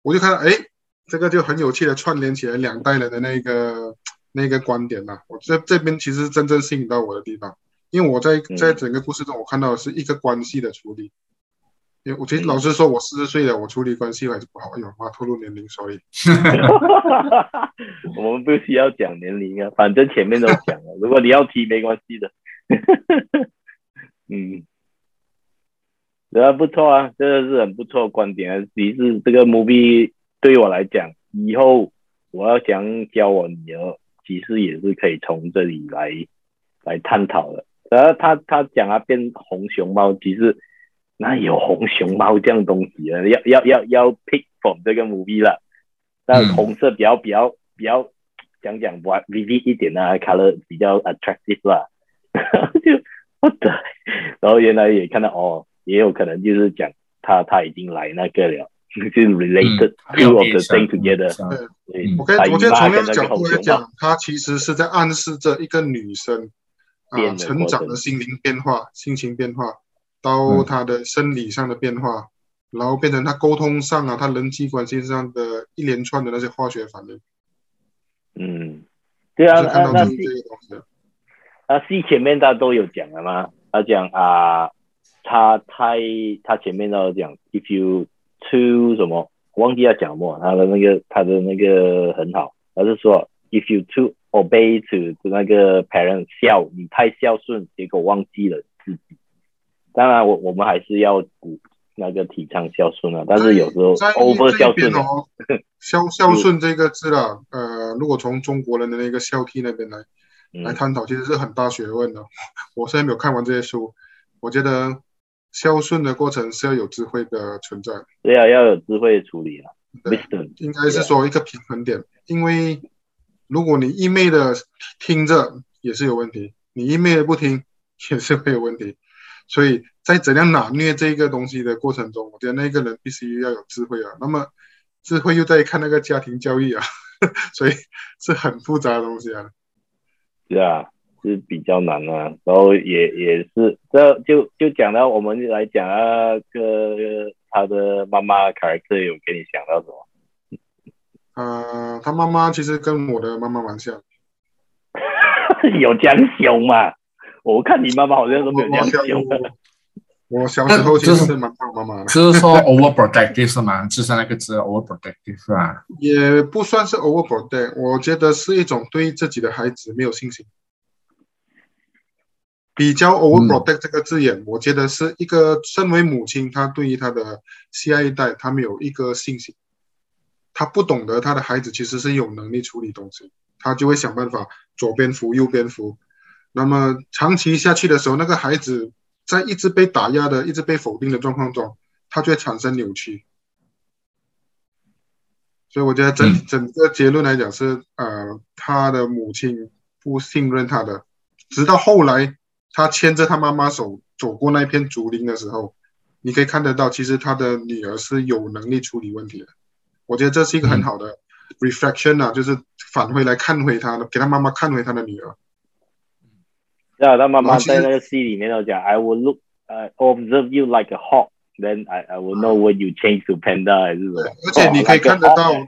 Speaker 3: 我就看到哎，这个就很有趣的串联起来两代人的那个那个观点呐、我这这边其实真正吸引到我的地方，因为我在
Speaker 1: 嗯
Speaker 3: 在整个故事中，我看到的是一个关系的处理。因为我其实
Speaker 1: 嗯
Speaker 3: 老实说，我四十岁了，我处理关系还是不好。哎呦妈，透露年龄，sorry。
Speaker 1: 我们不需要讲年龄啊，反正前面都讲了，如果你要提没关系的。嗯，然后不错啊，真的是很不错的观点啊。其实这个 movie 对我来讲，以后我要想教我女儿，其实也是可以从这里来来探讨的。然后他他讲啊，变红熊猫，其实哪有红熊猫这样东西啊？要要要要 pick from 这个 movie 啦。但
Speaker 2: 嗯
Speaker 1: 红色比较比较比较讲讲 vivid 一点啊，color 比较 attractive 啦。 就我的， 然后原来也看到哦，也有可能就是讲他他已经来那个了， 就是 related、two of the thing together，
Speaker 2: 的。
Speaker 1: 对
Speaker 2: 嗯
Speaker 3: 我跟
Speaker 1: 他
Speaker 3: 我觉得
Speaker 1: 姨妈
Speaker 3: 从那
Speaker 1: 跟
Speaker 3: 个
Speaker 1: 那
Speaker 3: 角
Speaker 1: 个
Speaker 3: 度
Speaker 1: 红
Speaker 3: 来
Speaker 1: 熊猫
Speaker 3: 讲，她其实是在暗示着一个女生啊、
Speaker 1: 变得
Speaker 3: 成
Speaker 1: 过
Speaker 3: 长
Speaker 1: 程
Speaker 3: 的心灵变化、心情变化，到
Speaker 2: 嗯
Speaker 3: 她的生理上的变化，然后变成她沟通上啊、她人际关系上的一连串的那些化学反应，
Speaker 1: 嗯，对啊，
Speaker 3: 我是看
Speaker 1: 那
Speaker 3: 到
Speaker 1: 那
Speaker 3: 这
Speaker 1: 戏
Speaker 3: 这个东西的。
Speaker 1: 那戏啊前面他都有讲了嘛，他讲啊，他太他前面都有讲，if you to 什么，忘记他讲什么，他的那个他的那个很好，他是说 if you to obey to 那个 parents 孝，你太孝顺，结果忘记了自己。当然我，我们还是要鼓那个提倡孝顺啊，但是有时候
Speaker 3: 在
Speaker 1: over
Speaker 3: 这
Speaker 1: 孝
Speaker 3: 一边
Speaker 1: 顺嗯啊，
Speaker 3: 哦，孝孝顺这个字啦，呃，如果从中国人的那个孝悌那边来来
Speaker 1: 嗯，
Speaker 3: 探讨，其实是很大学问的。 我虽然没有看完这些书，我觉得孝顺的过程是要有智慧的存在，
Speaker 1: 对啊，要有智慧的处理啊
Speaker 3: 对
Speaker 1: ，wisdom，
Speaker 3: 应该是说一个平衡点，因为如果你一昧的听着也是有问题，你一昧的不听 也是会有问题。所以在怎样拿捏这个东西的过程中，我觉得那个人必须要有智慧啊。那么智慧又在看那个家庭教育啊， 所以是很复杂的东西啊。
Speaker 1: 是啊，是比较难啊，然后也也是，这就就讲到我们来讲那个他的妈妈 character 有跟你讲到什么？
Speaker 3: 呃，他妈妈其实跟我的妈妈蛮像，
Speaker 1: 有讲熊嘛？我看你妈妈好像都没有
Speaker 3: 我
Speaker 1: 讲
Speaker 3: 小
Speaker 1: 熊，
Speaker 3: 我小时候其实是蛮像我妈妈的。
Speaker 2: 就是说 overprotective 是吗？就是那个字 overprotective 是吧？
Speaker 3: 也不算是 overprotect，我觉得是一种对自己的孩子没有信心。比较 overprotect 这个字眼，我觉得是一个身为母亲，她对于她的下一代，她没有一个信心，她不懂得她的孩子其实是有能力处理东西，她就会想办法左边扶右边扶。那么长期下去的时候，那个孩子在一直被打压的、一直被否定的状况中，他就会产生扭曲。所以我觉得整
Speaker 2: 嗯
Speaker 3: 整个结论来讲是，呃，他的母亲不信任他的，直到后来他牵着他妈妈手走过那片竹林的时候，你可以看得到，其实他的女儿是有能力处理问题的。我觉得这是一个很好的 reflection 啊，就是返回来看回他的，给他妈妈看回他的女儿。
Speaker 1: 对啊，他妈
Speaker 3: 然
Speaker 1: 妈
Speaker 3: 后其实
Speaker 1: 在那个戏里面都讲，I will look，呃、observe you like a hawk。Then I I will know when you change to panda 还是什么。
Speaker 3: 而且你可以看得
Speaker 1: like
Speaker 3: 到
Speaker 1: a hawk，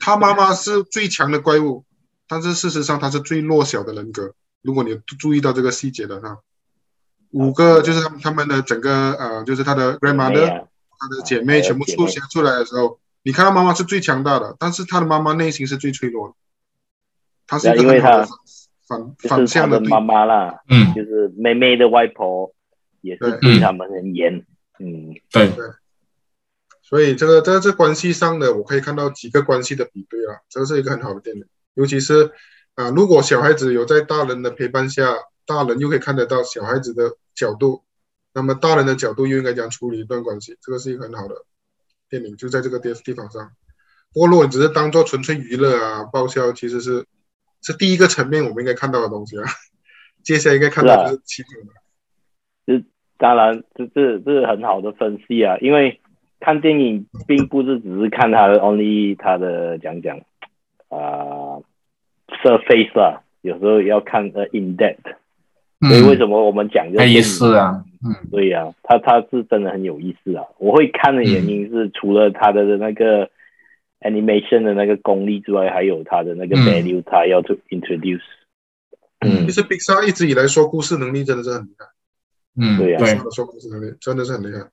Speaker 3: 他妈妈是最强的怪物， 但是事实上他是最弱小的人格。如果你注意到这个细节的话，五个就是他们他们的整个呃，就是他的
Speaker 1: 对
Speaker 3: grandmother，
Speaker 1: 啊
Speaker 3: 她的姐妹全部
Speaker 1: 姐妹
Speaker 3: 出现出来的时候，你看她妈妈是最强大的，但是她的妈妈内心是最脆弱的。她是一
Speaker 1: 对
Speaker 3: 个
Speaker 1: 啊因为
Speaker 3: 很好的
Speaker 1: 她
Speaker 3: 反反
Speaker 1: 就
Speaker 3: 反
Speaker 1: 是他
Speaker 3: 向的
Speaker 1: 的
Speaker 3: 对
Speaker 1: 妈妈啦，
Speaker 2: 嗯，
Speaker 1: 就是妹妹的外婆，也是
Speaker 2: 对
Speaker 1: 对他们很严。嗯，
Speaker 2: 对，
Speaker 3: 所以这个在这关系上的，我可以看到几个关系的比对啊，这是一个很好的电影。尤其是啊、如果小孩子有在大人的陪伴下，大人又可以看得到小孩子的角度，那么大人的角度又应该讲处理一段关系，这个是一个很好的电影，就在这个地地方上。不过如果你只是当做纯粹娱乐啊爆笑，其实是是第一个层面我们应该看到的东西啊， 接下来应该看到就是其他的。
Speaker 1: 当然这这这是很好的分析啊，因为看电影并不是只是看他的 only 他的讲讲啊、surface 啊，有时候要看呃 in depth。所以为
Speaker 2: 么？
Speaker 1: 什么我们讲这个
Speaker 2: 太
Speaker 1: 电
Speaker 2: 嗯意
Speaker 1: 影
Speaker 2: 思啊，嗯
Speaker 1: 对呀、他他是真的很有意思啊！我会看的原因是，除了他的那个 animation 的那个功力之外，还有他的那个
Speaker 2: 嗯
Speaker 1: value，他要 to introduce。嗯
Speaker 3: 其，实 b i 一直以来说故事能力真的是很厉害，
Speaker 2: 嗯，
Speaker 1: 对啊
Speaker 2: 对
Speaker 3: 他，的说故事能力真的是很厉害。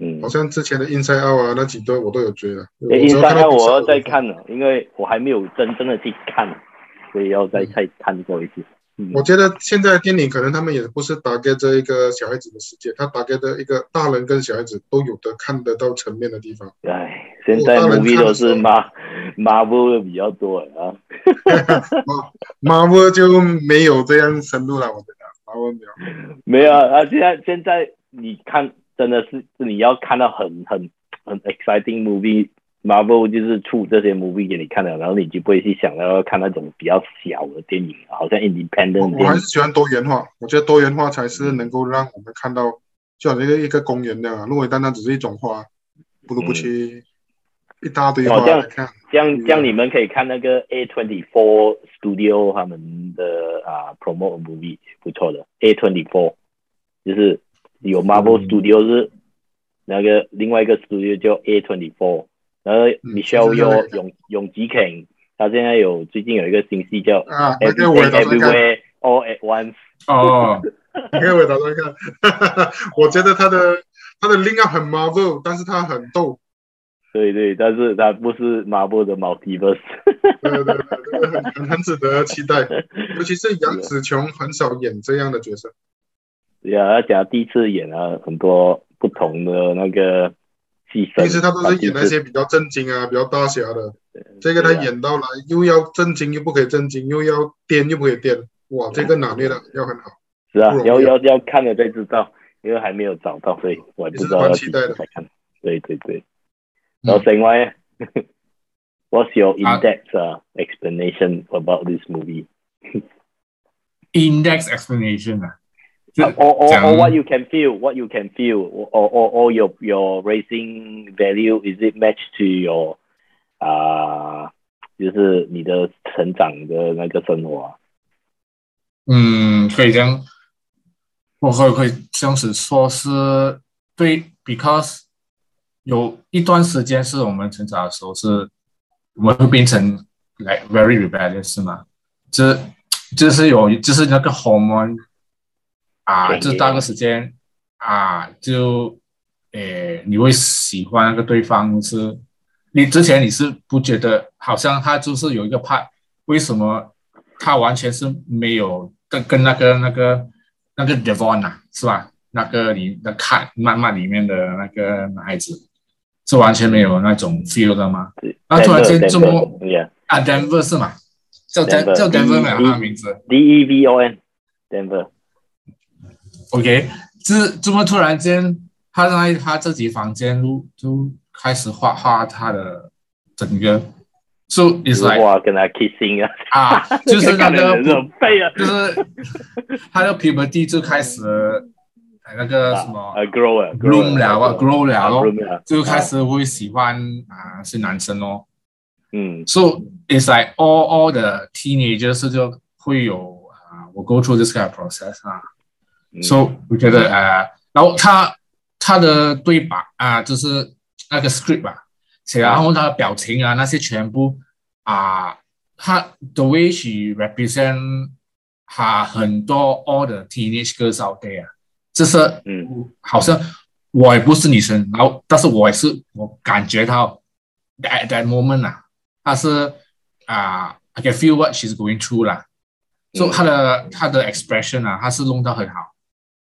Speaker 1: 嗯
Speaker 3: 好，像之前的 Inside Out 啊，那几段我都有追了。我
Speaker 1: 因
Speaker 3: 只
Speaker 1: 为
Speaker 3: 要看
Speaker 1: 刚
Speaker 3: 到
Speaker 1: 刚我要
Speaker 3: Pixar，
Speaker 1: 再看了，因为我还没有真正的去看，所以要
Speaker 3: 嗯
Speaker 1: 再再看过一次。嗯
Speaker 3: 我觉得现在的电影可能他们也不是打给这一个小孩子的世界，他打给的一个大人跟小孩子都有的看得到层面的地方。
Speaker 1: 哎，现在
Speaker 3: 我当然
Speaker 1: movie
Speaker 3: 看
Speaker 1: 都
Speaker 3: 的时候
Speaker 1: 是 mar marvel 的比较多啊。
Speaker 3: Marvel 就没有这样深入了，我觉得 Marvel 没有。
Speaker 1: 没有啊，现在现在你看，真的是你要看到很很很 exciting movie。Marvel 就是出这些 movie 给你看的，然后你就不会去想到要看那种比较小的电影，好像 independent
Speaker 3: 我
Speaker 1: 电
Speaker 3: 还
Speaker 1: 影
Speaker 3: 是。喜欢多元化，我觉得多元化才是能够让我们看到，就好像一个一个公园那样啊，如果单单只是一种花，不如不
Speaker 1: 嗯
Speaker 3: 去一大堆
Speaker 1: 哦
Speaker 3: 花
Speaker 1: 这样
Speaker 3: 来看。
Speaker 1: 这样这样你们可以看那个 A twenty four Studio 他们的啊 promote movie 不错的 A twenty four，就是有 Marvel
Speaker 2: 嗯
Speaker 1: Studio 是那个另外一个 studio 叫 A twenty four，然后
Speaker 3: 嗯就
Speaker 1: Michelle
Speaker 3: 是那个
Speaker 1: Yeoh 永永吉肯，他现在有最近有一个新戏叫
Speaker 3: 啊，那个我也
Speaker 1: Everything
Speaker 3: 打算看。
Speaker 1: Everywhere All at Once，
Speaker 2: 哦，
Speaker 3: 因为我打算看， 我觉得他的他的 link up 很 Marvel，但是他很逗，
Speaker 1: 对对，但是他不是 Marvel 的 Multiverse，
Speaker 3: 对对对，这个很很很值得期 待。尤其是杨紫琼很少演这样的角 色，
Speaker 1: 对啊，而且他第一次演了很多不同的那个戏份，
Speaker 3: 平时他都是演那些比较正经啊、比较大侠的，这个他
Speaker 1: 对啊
Speaker 3: 演到了又要正经又不可以正经，又要颠又不可以颠，哇，这个拿捏的要很好。
Speaker 1: 是啊
Speaker 3: 不，容易啊
Speaker 1: 要要要看了才知道，因为还没有找到，所以我也不知道要
Speaker 3: 也
Speaker 1: 几
Speaker 3: 是蛮
Speaker 1: 时
Speaker 3: 期待的嗯
Speaker 1: 才看。对对对，然后另外 ，What's your in-depth、uh, explanation about this movie?
Speaker 2: ，index explanation 啊，就
Speaker 1: Or or,
Speaker 2: 讲
Speaker 1: or what you can feel, what you can feel, or or or your your racing value is it matched to your 啊、就是你的成长的那个生活啊、
Speaker 2: 嗯，可以这样，我会会这样子说是对，because 有一段时间是我们成长的时候是，我们会变成 like very rebellious 是吗？这这是有就是那个 hormone 啊，
Speaker 1: 对
Speaker 2: 就到个时间啊，就诶你会喜欢那个对方是，你之前你是不觉得好像他就是有一个派，为什么他完全是没有跟跟那个那个那个 Devon 啊，是吧？那个你的看漫漫里面的那个男孩子，是完全没有那
Speaker 1: 嗯
Speaker 2: 种 feel 的吗？啊突然间这么啊，Denver 是吗？叫 Den
Speaker 1: Denver，
Speaker 2: 叫 Denver
Speaker 1: 嗯
Speaker 2: 嘛，他的名字。
Speaker 1: D E V O N Denver，
Speaker 2: OK，这这么突然间，他在他自己房间就就开始画画他的整个，so it's like
Speaker 1: 哇，跟他 kissing 啊，
Speaker 2: 啊， 就是那
Speaker 1: 看
Speaker 2: 个
Speaker 1: 得人背啊，
Speaker 2: 就是他的 puberty 就开始哎那个什么
Speaker 1: 啊，grow 啊
Speaker 2: bloom 了啊，grow 了咯，
Speaker 1: ，grow 了，啊
Speaker 2: 就开始会喜欢啊是男生哦。
Speaker 1: 嗯
Speaker 2: So it's like all all the teenagers 就会有啊，我 go through this kind of process 啊。
Speaker 1: 嗯
Speaker 2: So 我觉得呃，然后他他的对白啊、就是那个 script 啊，写然后他的表情啊那些全部啊、他 the way she represent 他很多 all the teenage girls out there，啊就是
Speaker 1: 嗯
Speaker 2: 好像我也不是女生，然后但是我也是我感觉到 at that moment 啊，她是啊、i can feel what she's going through 啦，就、so,
Speaker 1: 嗯
Speaker 2: 她的她的 expression 啊，她是弄到很好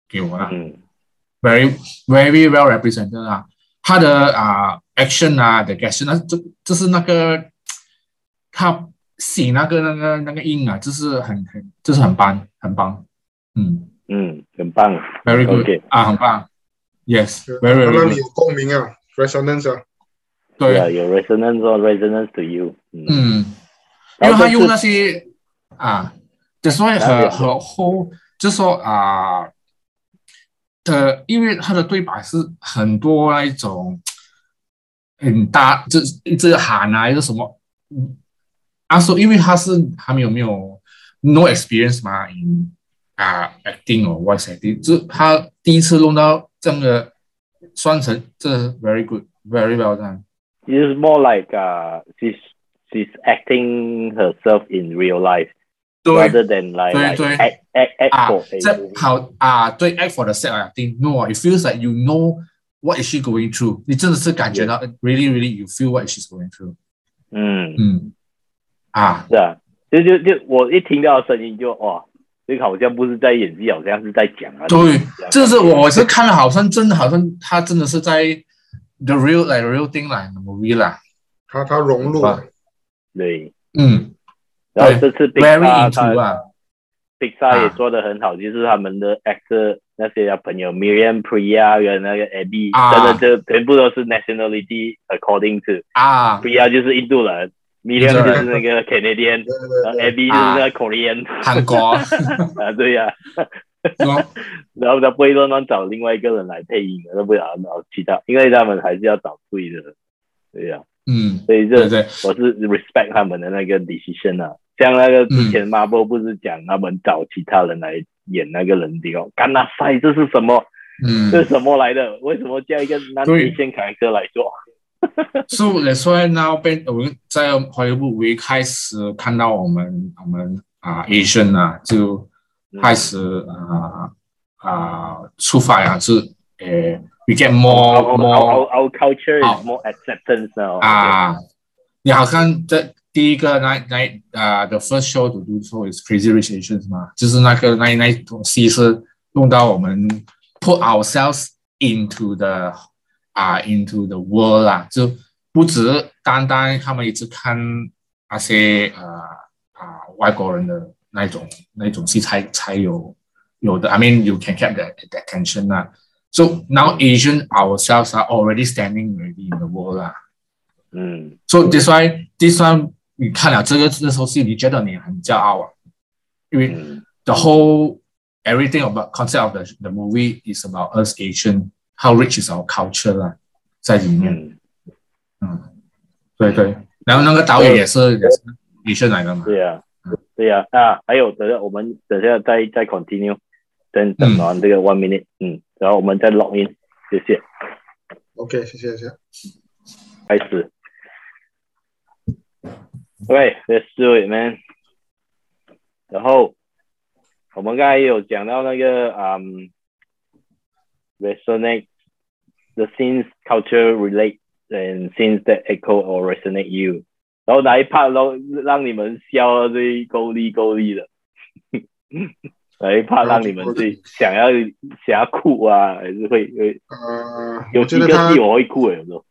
Speaker 2: 给我啦、
Speaker 1: 嗯
Speaker 2: v e r y very well represented 啊，她的啊、action 啊，the action 啊，这这是那个她写那个那个那个音啊，就是很很就是很棒很棒，嗯
Speaker 1: 嗯，很棒
Speaker 2: ，very good、
Speaker 1: OK
Speaker 2: 啊，很棒
Speaker 3: 是
Speaker 2: ，yes，very
Speaker 3: 它
Speaker 2: very
Speaker 3: 让
Speaker 2: good
Speaker 3: 你。有共鸣啊，resonance 啊，
Speaker 2: 对，
Speaker 1: Yeah，有 resonance or resonance to you，嗯，
Speaker 2: 嗯，因
Speaker 1: 然
Speaker 2: 为
Speaker 1: 后
Speaker 2: 他
Speaker 1: 这
Speaker 2: 用
Speaker 1: 次
Speaker 2: 那些啊，就所以
Speaker 1: 哪里
Speaker 2: 和
Speaker 1: 啊
Speaker 2: 和后就说啊，呃，因为他的对白是很多那一种很大，这这喊啊，一个什么，嗯他说因为他是还没有没有 no experience 嘛，in 啊 acting or voice acting，就他第一次弄到这样的双层，这 very good，very well done。
Speaker 1: It's more like uh, she's she's acting herself in real life
Speaker 2: 对
Speaker 1: rather than like,
Speaker 2: 对
Speaker 1: like
Speaker 2: 对
Speaker 1: act act act
Speaker 2: 啊
Speaker 1: for a
Speaker 2: 即
Speaker 1: movie.
Speaker 2: 好啊，对，act for the sake of acting。No, it feels like you know what is she going through。你真的是感觉到，really, really, you feel what she's going through。
Speaker 1: 嗯，
Speaker 2: 嗯，啊，
Speaker 1: 是啊，就就就我一听到声音就哇，这个好像不是在演戏，好像是在讲啊。
Speaker 2: 对
Speaker 1: 样，
Speaker 2: 这是我是看了，好像真的好像他真的是在 the real like real thing 啦，the movie 啦。
Speaker 3: 它它融入
Speaker 2: 啊
Speaker 3: 了，
Speaker 1: 对，
Speaker 2: 嗯
Speaker 1: 然后这次
Speaker 2: ，very
Speaker 1: Pixar
Speaker 2: into
Speaker 1: 他
Speaker 2: 啊，
Speaker 1: Pixar 也
Speaker 2: 啊
Speaker 1: 做的很好，就是他们的 actor 那些啊朋友 Miriam Priya 跟那个 Abby，
Speaker 2: 啊
Speaker 1: 真的就全部都是 nationality according to
Speaker 2: 啊，
Speaker 1: Priya 就是印度人，Miriam
Speaker 2: 印度
Speaker 1: 就
Speaker 2: 人
Speaker 1: 是那个 Canadian，
Speaker 3: 对对
Speaker 1: 然
Speaker 2: 啊
Speaker 1: 后
Speaker 3: 对
Speaker 1: Abby 就是那个 Korean
Speaker 2: 韩国，
Speaker 1: 啊，对呀。
Speaker 2: 说
Speaker 1: 然后他不会乱乱找另外一个人来配音的，他不会找找其他，因为他们还是要找对的，对呀、
Speaker 2: 嗯，
Speaker 1: 所以这
Speaker 2: 对对，
Speaker 1: 我是 respect 他们的那个 decision 啊。像那个之
Speaker 2: 嗯
Speaker 1: 前 Marvel 不是讲他们找其他人来演那个人的哦，干那塞这是什么？
Speaker 2: 嗯。
Speaker 1: 这是什么来的？为什么叫一个男
Speaker 2: 对
Speaker 1: 女先凯哥来做？
Speaker 2: 所以也说，now 被我们在华莱部一开始看到我们我们啊、Asian 啊，就
Speaker 1: 嗯
Speaker 2: 开始啊啊、出发呀、是诶、w e get more
Speaker 1: our,
Speaker 2: more
Speaker 1: our, our culture
Speaker 2: 好
Speaker 1: is more acceptance now.
Speaker 2: 啊、你好像这第一个那那啊、the first show to do so is Crazy Rich Asians 嘛，就是那个那那一种戏是弄到我们 put ourselves into the 啊、into the world 啊，就不只单单他们一直看那些呃啊、外国人的那一种那一种戏才才有有的，I mean you can keep that that attention 啊。So now Asian ourselves are already standing already in the world 啊。
Speaker 1: 嗯，
Speaker 2: So this why this one 你看了这个这首戏，你觉得你很骄傲啊？因为
Speaker 1: 嗯
Speaker 2: the whole everything about concept of the the movie is about us Asian how rich is our culture 啦，在里面。
Speaker 1: 嗯，
Speaker 2: 嗯，对对。然后那个导演也是也是 Asian 来的嘛。
Speaker 1: 对呀、对呀、啊，还有等下我们等下再再 continue，等等完这个 one minute，嗯，然后我们再 log in，谢谢，
Speaker 3: ，OK，谢谢谢谢。
Speaker 1: 开始。Right，let's do it, man。然后我们刚才也有讲到那个嗯、resonate the scenes culture relate and scenes that echo or resonate you。然后 哪一 part 都让你们笑到最够力够力的。哎，怕让你们去想要想要哭啊，还是会会
Speaker 3: 呃，
Speaker 1: 有
Speaker 3: 我觉
Speaker 1: 几
Speaker 3: 得
Speaker 1: 个
Speaker 3: 他
Speaker 1: 戏，我会哭的，有时候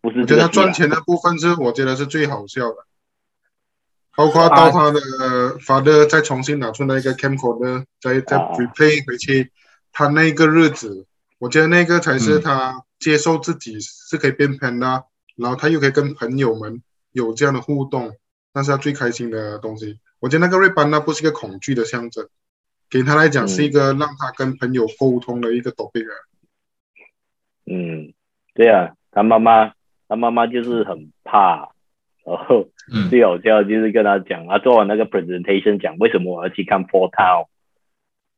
Speaker 1: 不是啊
Speaker 3: 我
Speaker 1: 这个
Speaker 3: 觉得他
Speaker 1: 戏啦
Speaker 3: 赚钱的部分是我觉得是最好笑的，包
Speaker 1: 啊
Speaker 3: 括到他的 father 再重新拿出那个 camcorder，再再
Speaker 1: 啊
Speaker 3: replay 回去，他那个日子，我觉得那个才是
Speaker 2: 嗯
Speaker 3: 他接受自己是可以变 panda，、然啊后他又可以跟朋友们有这样的互动，那是他最开心的东西。我觉得那个瑞班那不是一个恐惧的象征，给他来讲
Speaker 1: 嗯
Speaker 3: 是一个让他跟朋友沟通的一个 topic 啊。
Speaker 1: 嗯，对啊，他妈妈，他妈妈就是很怕，然后
Speaker 2: 嗯
Speaker 1: 最好笑就是跟他讲，他做完那个 presentation 讲为什么我要去看 Four Town，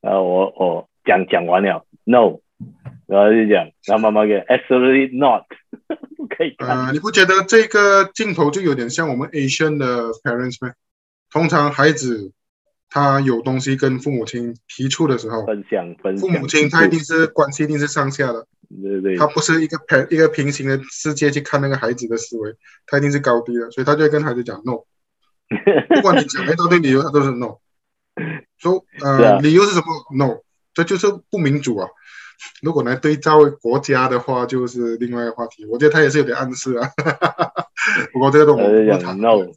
Speaker 1: 呃，我我讲讲完了，no，然后就讲他妈妈给 absolutely not，不 可以看，
Speaker 3: 呃，你不觉得这个镜头就有点像我们 Asian 的 parents 吗？通常孩子他有东西跟父母亲提出的时候，
Speaker 1: 分享分
Speaker 3: 父
Speaker 1: 享，
Speaker 3: 母亲他一定是关系一定是上下的，
Speaker 1: 对对
Speaker 3: 他
Speaker 1: 对，
Speaker 3: 不是一个平一个平行的世界去看那个孩子的思维，他一定是高低的，所以他就会跟孩子讲 no，不管你讲一大堆理由，他都是 no。说、
Speaker 1: 是
Speaker 3: 呃，
Speaker 1: 啊
Speaker 3: 理由是什么？no，这就是不民主啊。如果来对照国家的话，就是另外一个话题。我觉得他也是有点暗示啊。 不过这个都我
Speaker 1: 他就
Speaker 3: 们不谈
Speaker 1: 讲。no，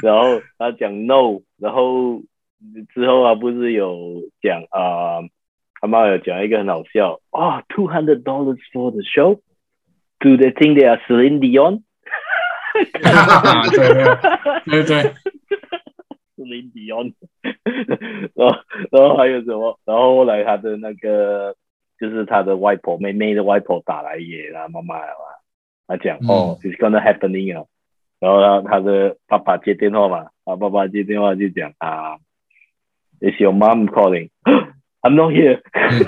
Speaker 1: 然后他讲 no，然后之后啊，不是有讲啊、他妈有讲一个很好笑啊，two hundred dollars for the show，do they think they are Celine Dion？
Speaker 2: 对对对对，
Speaker 1: 是林迪安， 然后然后还有什么？然后后来他的那个就是他的外婆妹妹的外婆打来也啦，妈妈了嘛，他讲、
Speaker 2: 嗯
Speaker 1: 哦，it's gonna happening 啊，然后他他的爸爸接电话嘛，他爸爸接电话就讲啊，it's your mom calling 。I'm not here，
Speaker 2: 嗯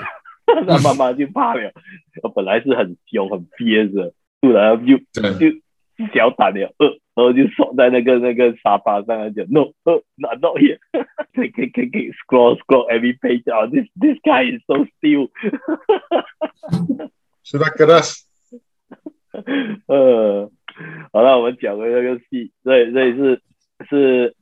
Speaker 1: 他妈妈就怕了。本来是很凶、很憋着，突然就
Speaker 2: 对
Speaker 1: 就小胆了，呃，然后就坐在那个那个沙发上来讲，no，呃，not not here，可以可以可以可以 scroll scroll every page，啊，this this guy is so still，
Speaker 3: 是的，格拉斯。
Speaker 1: 呃，好了，我们讲回那个戏，所以所以是是，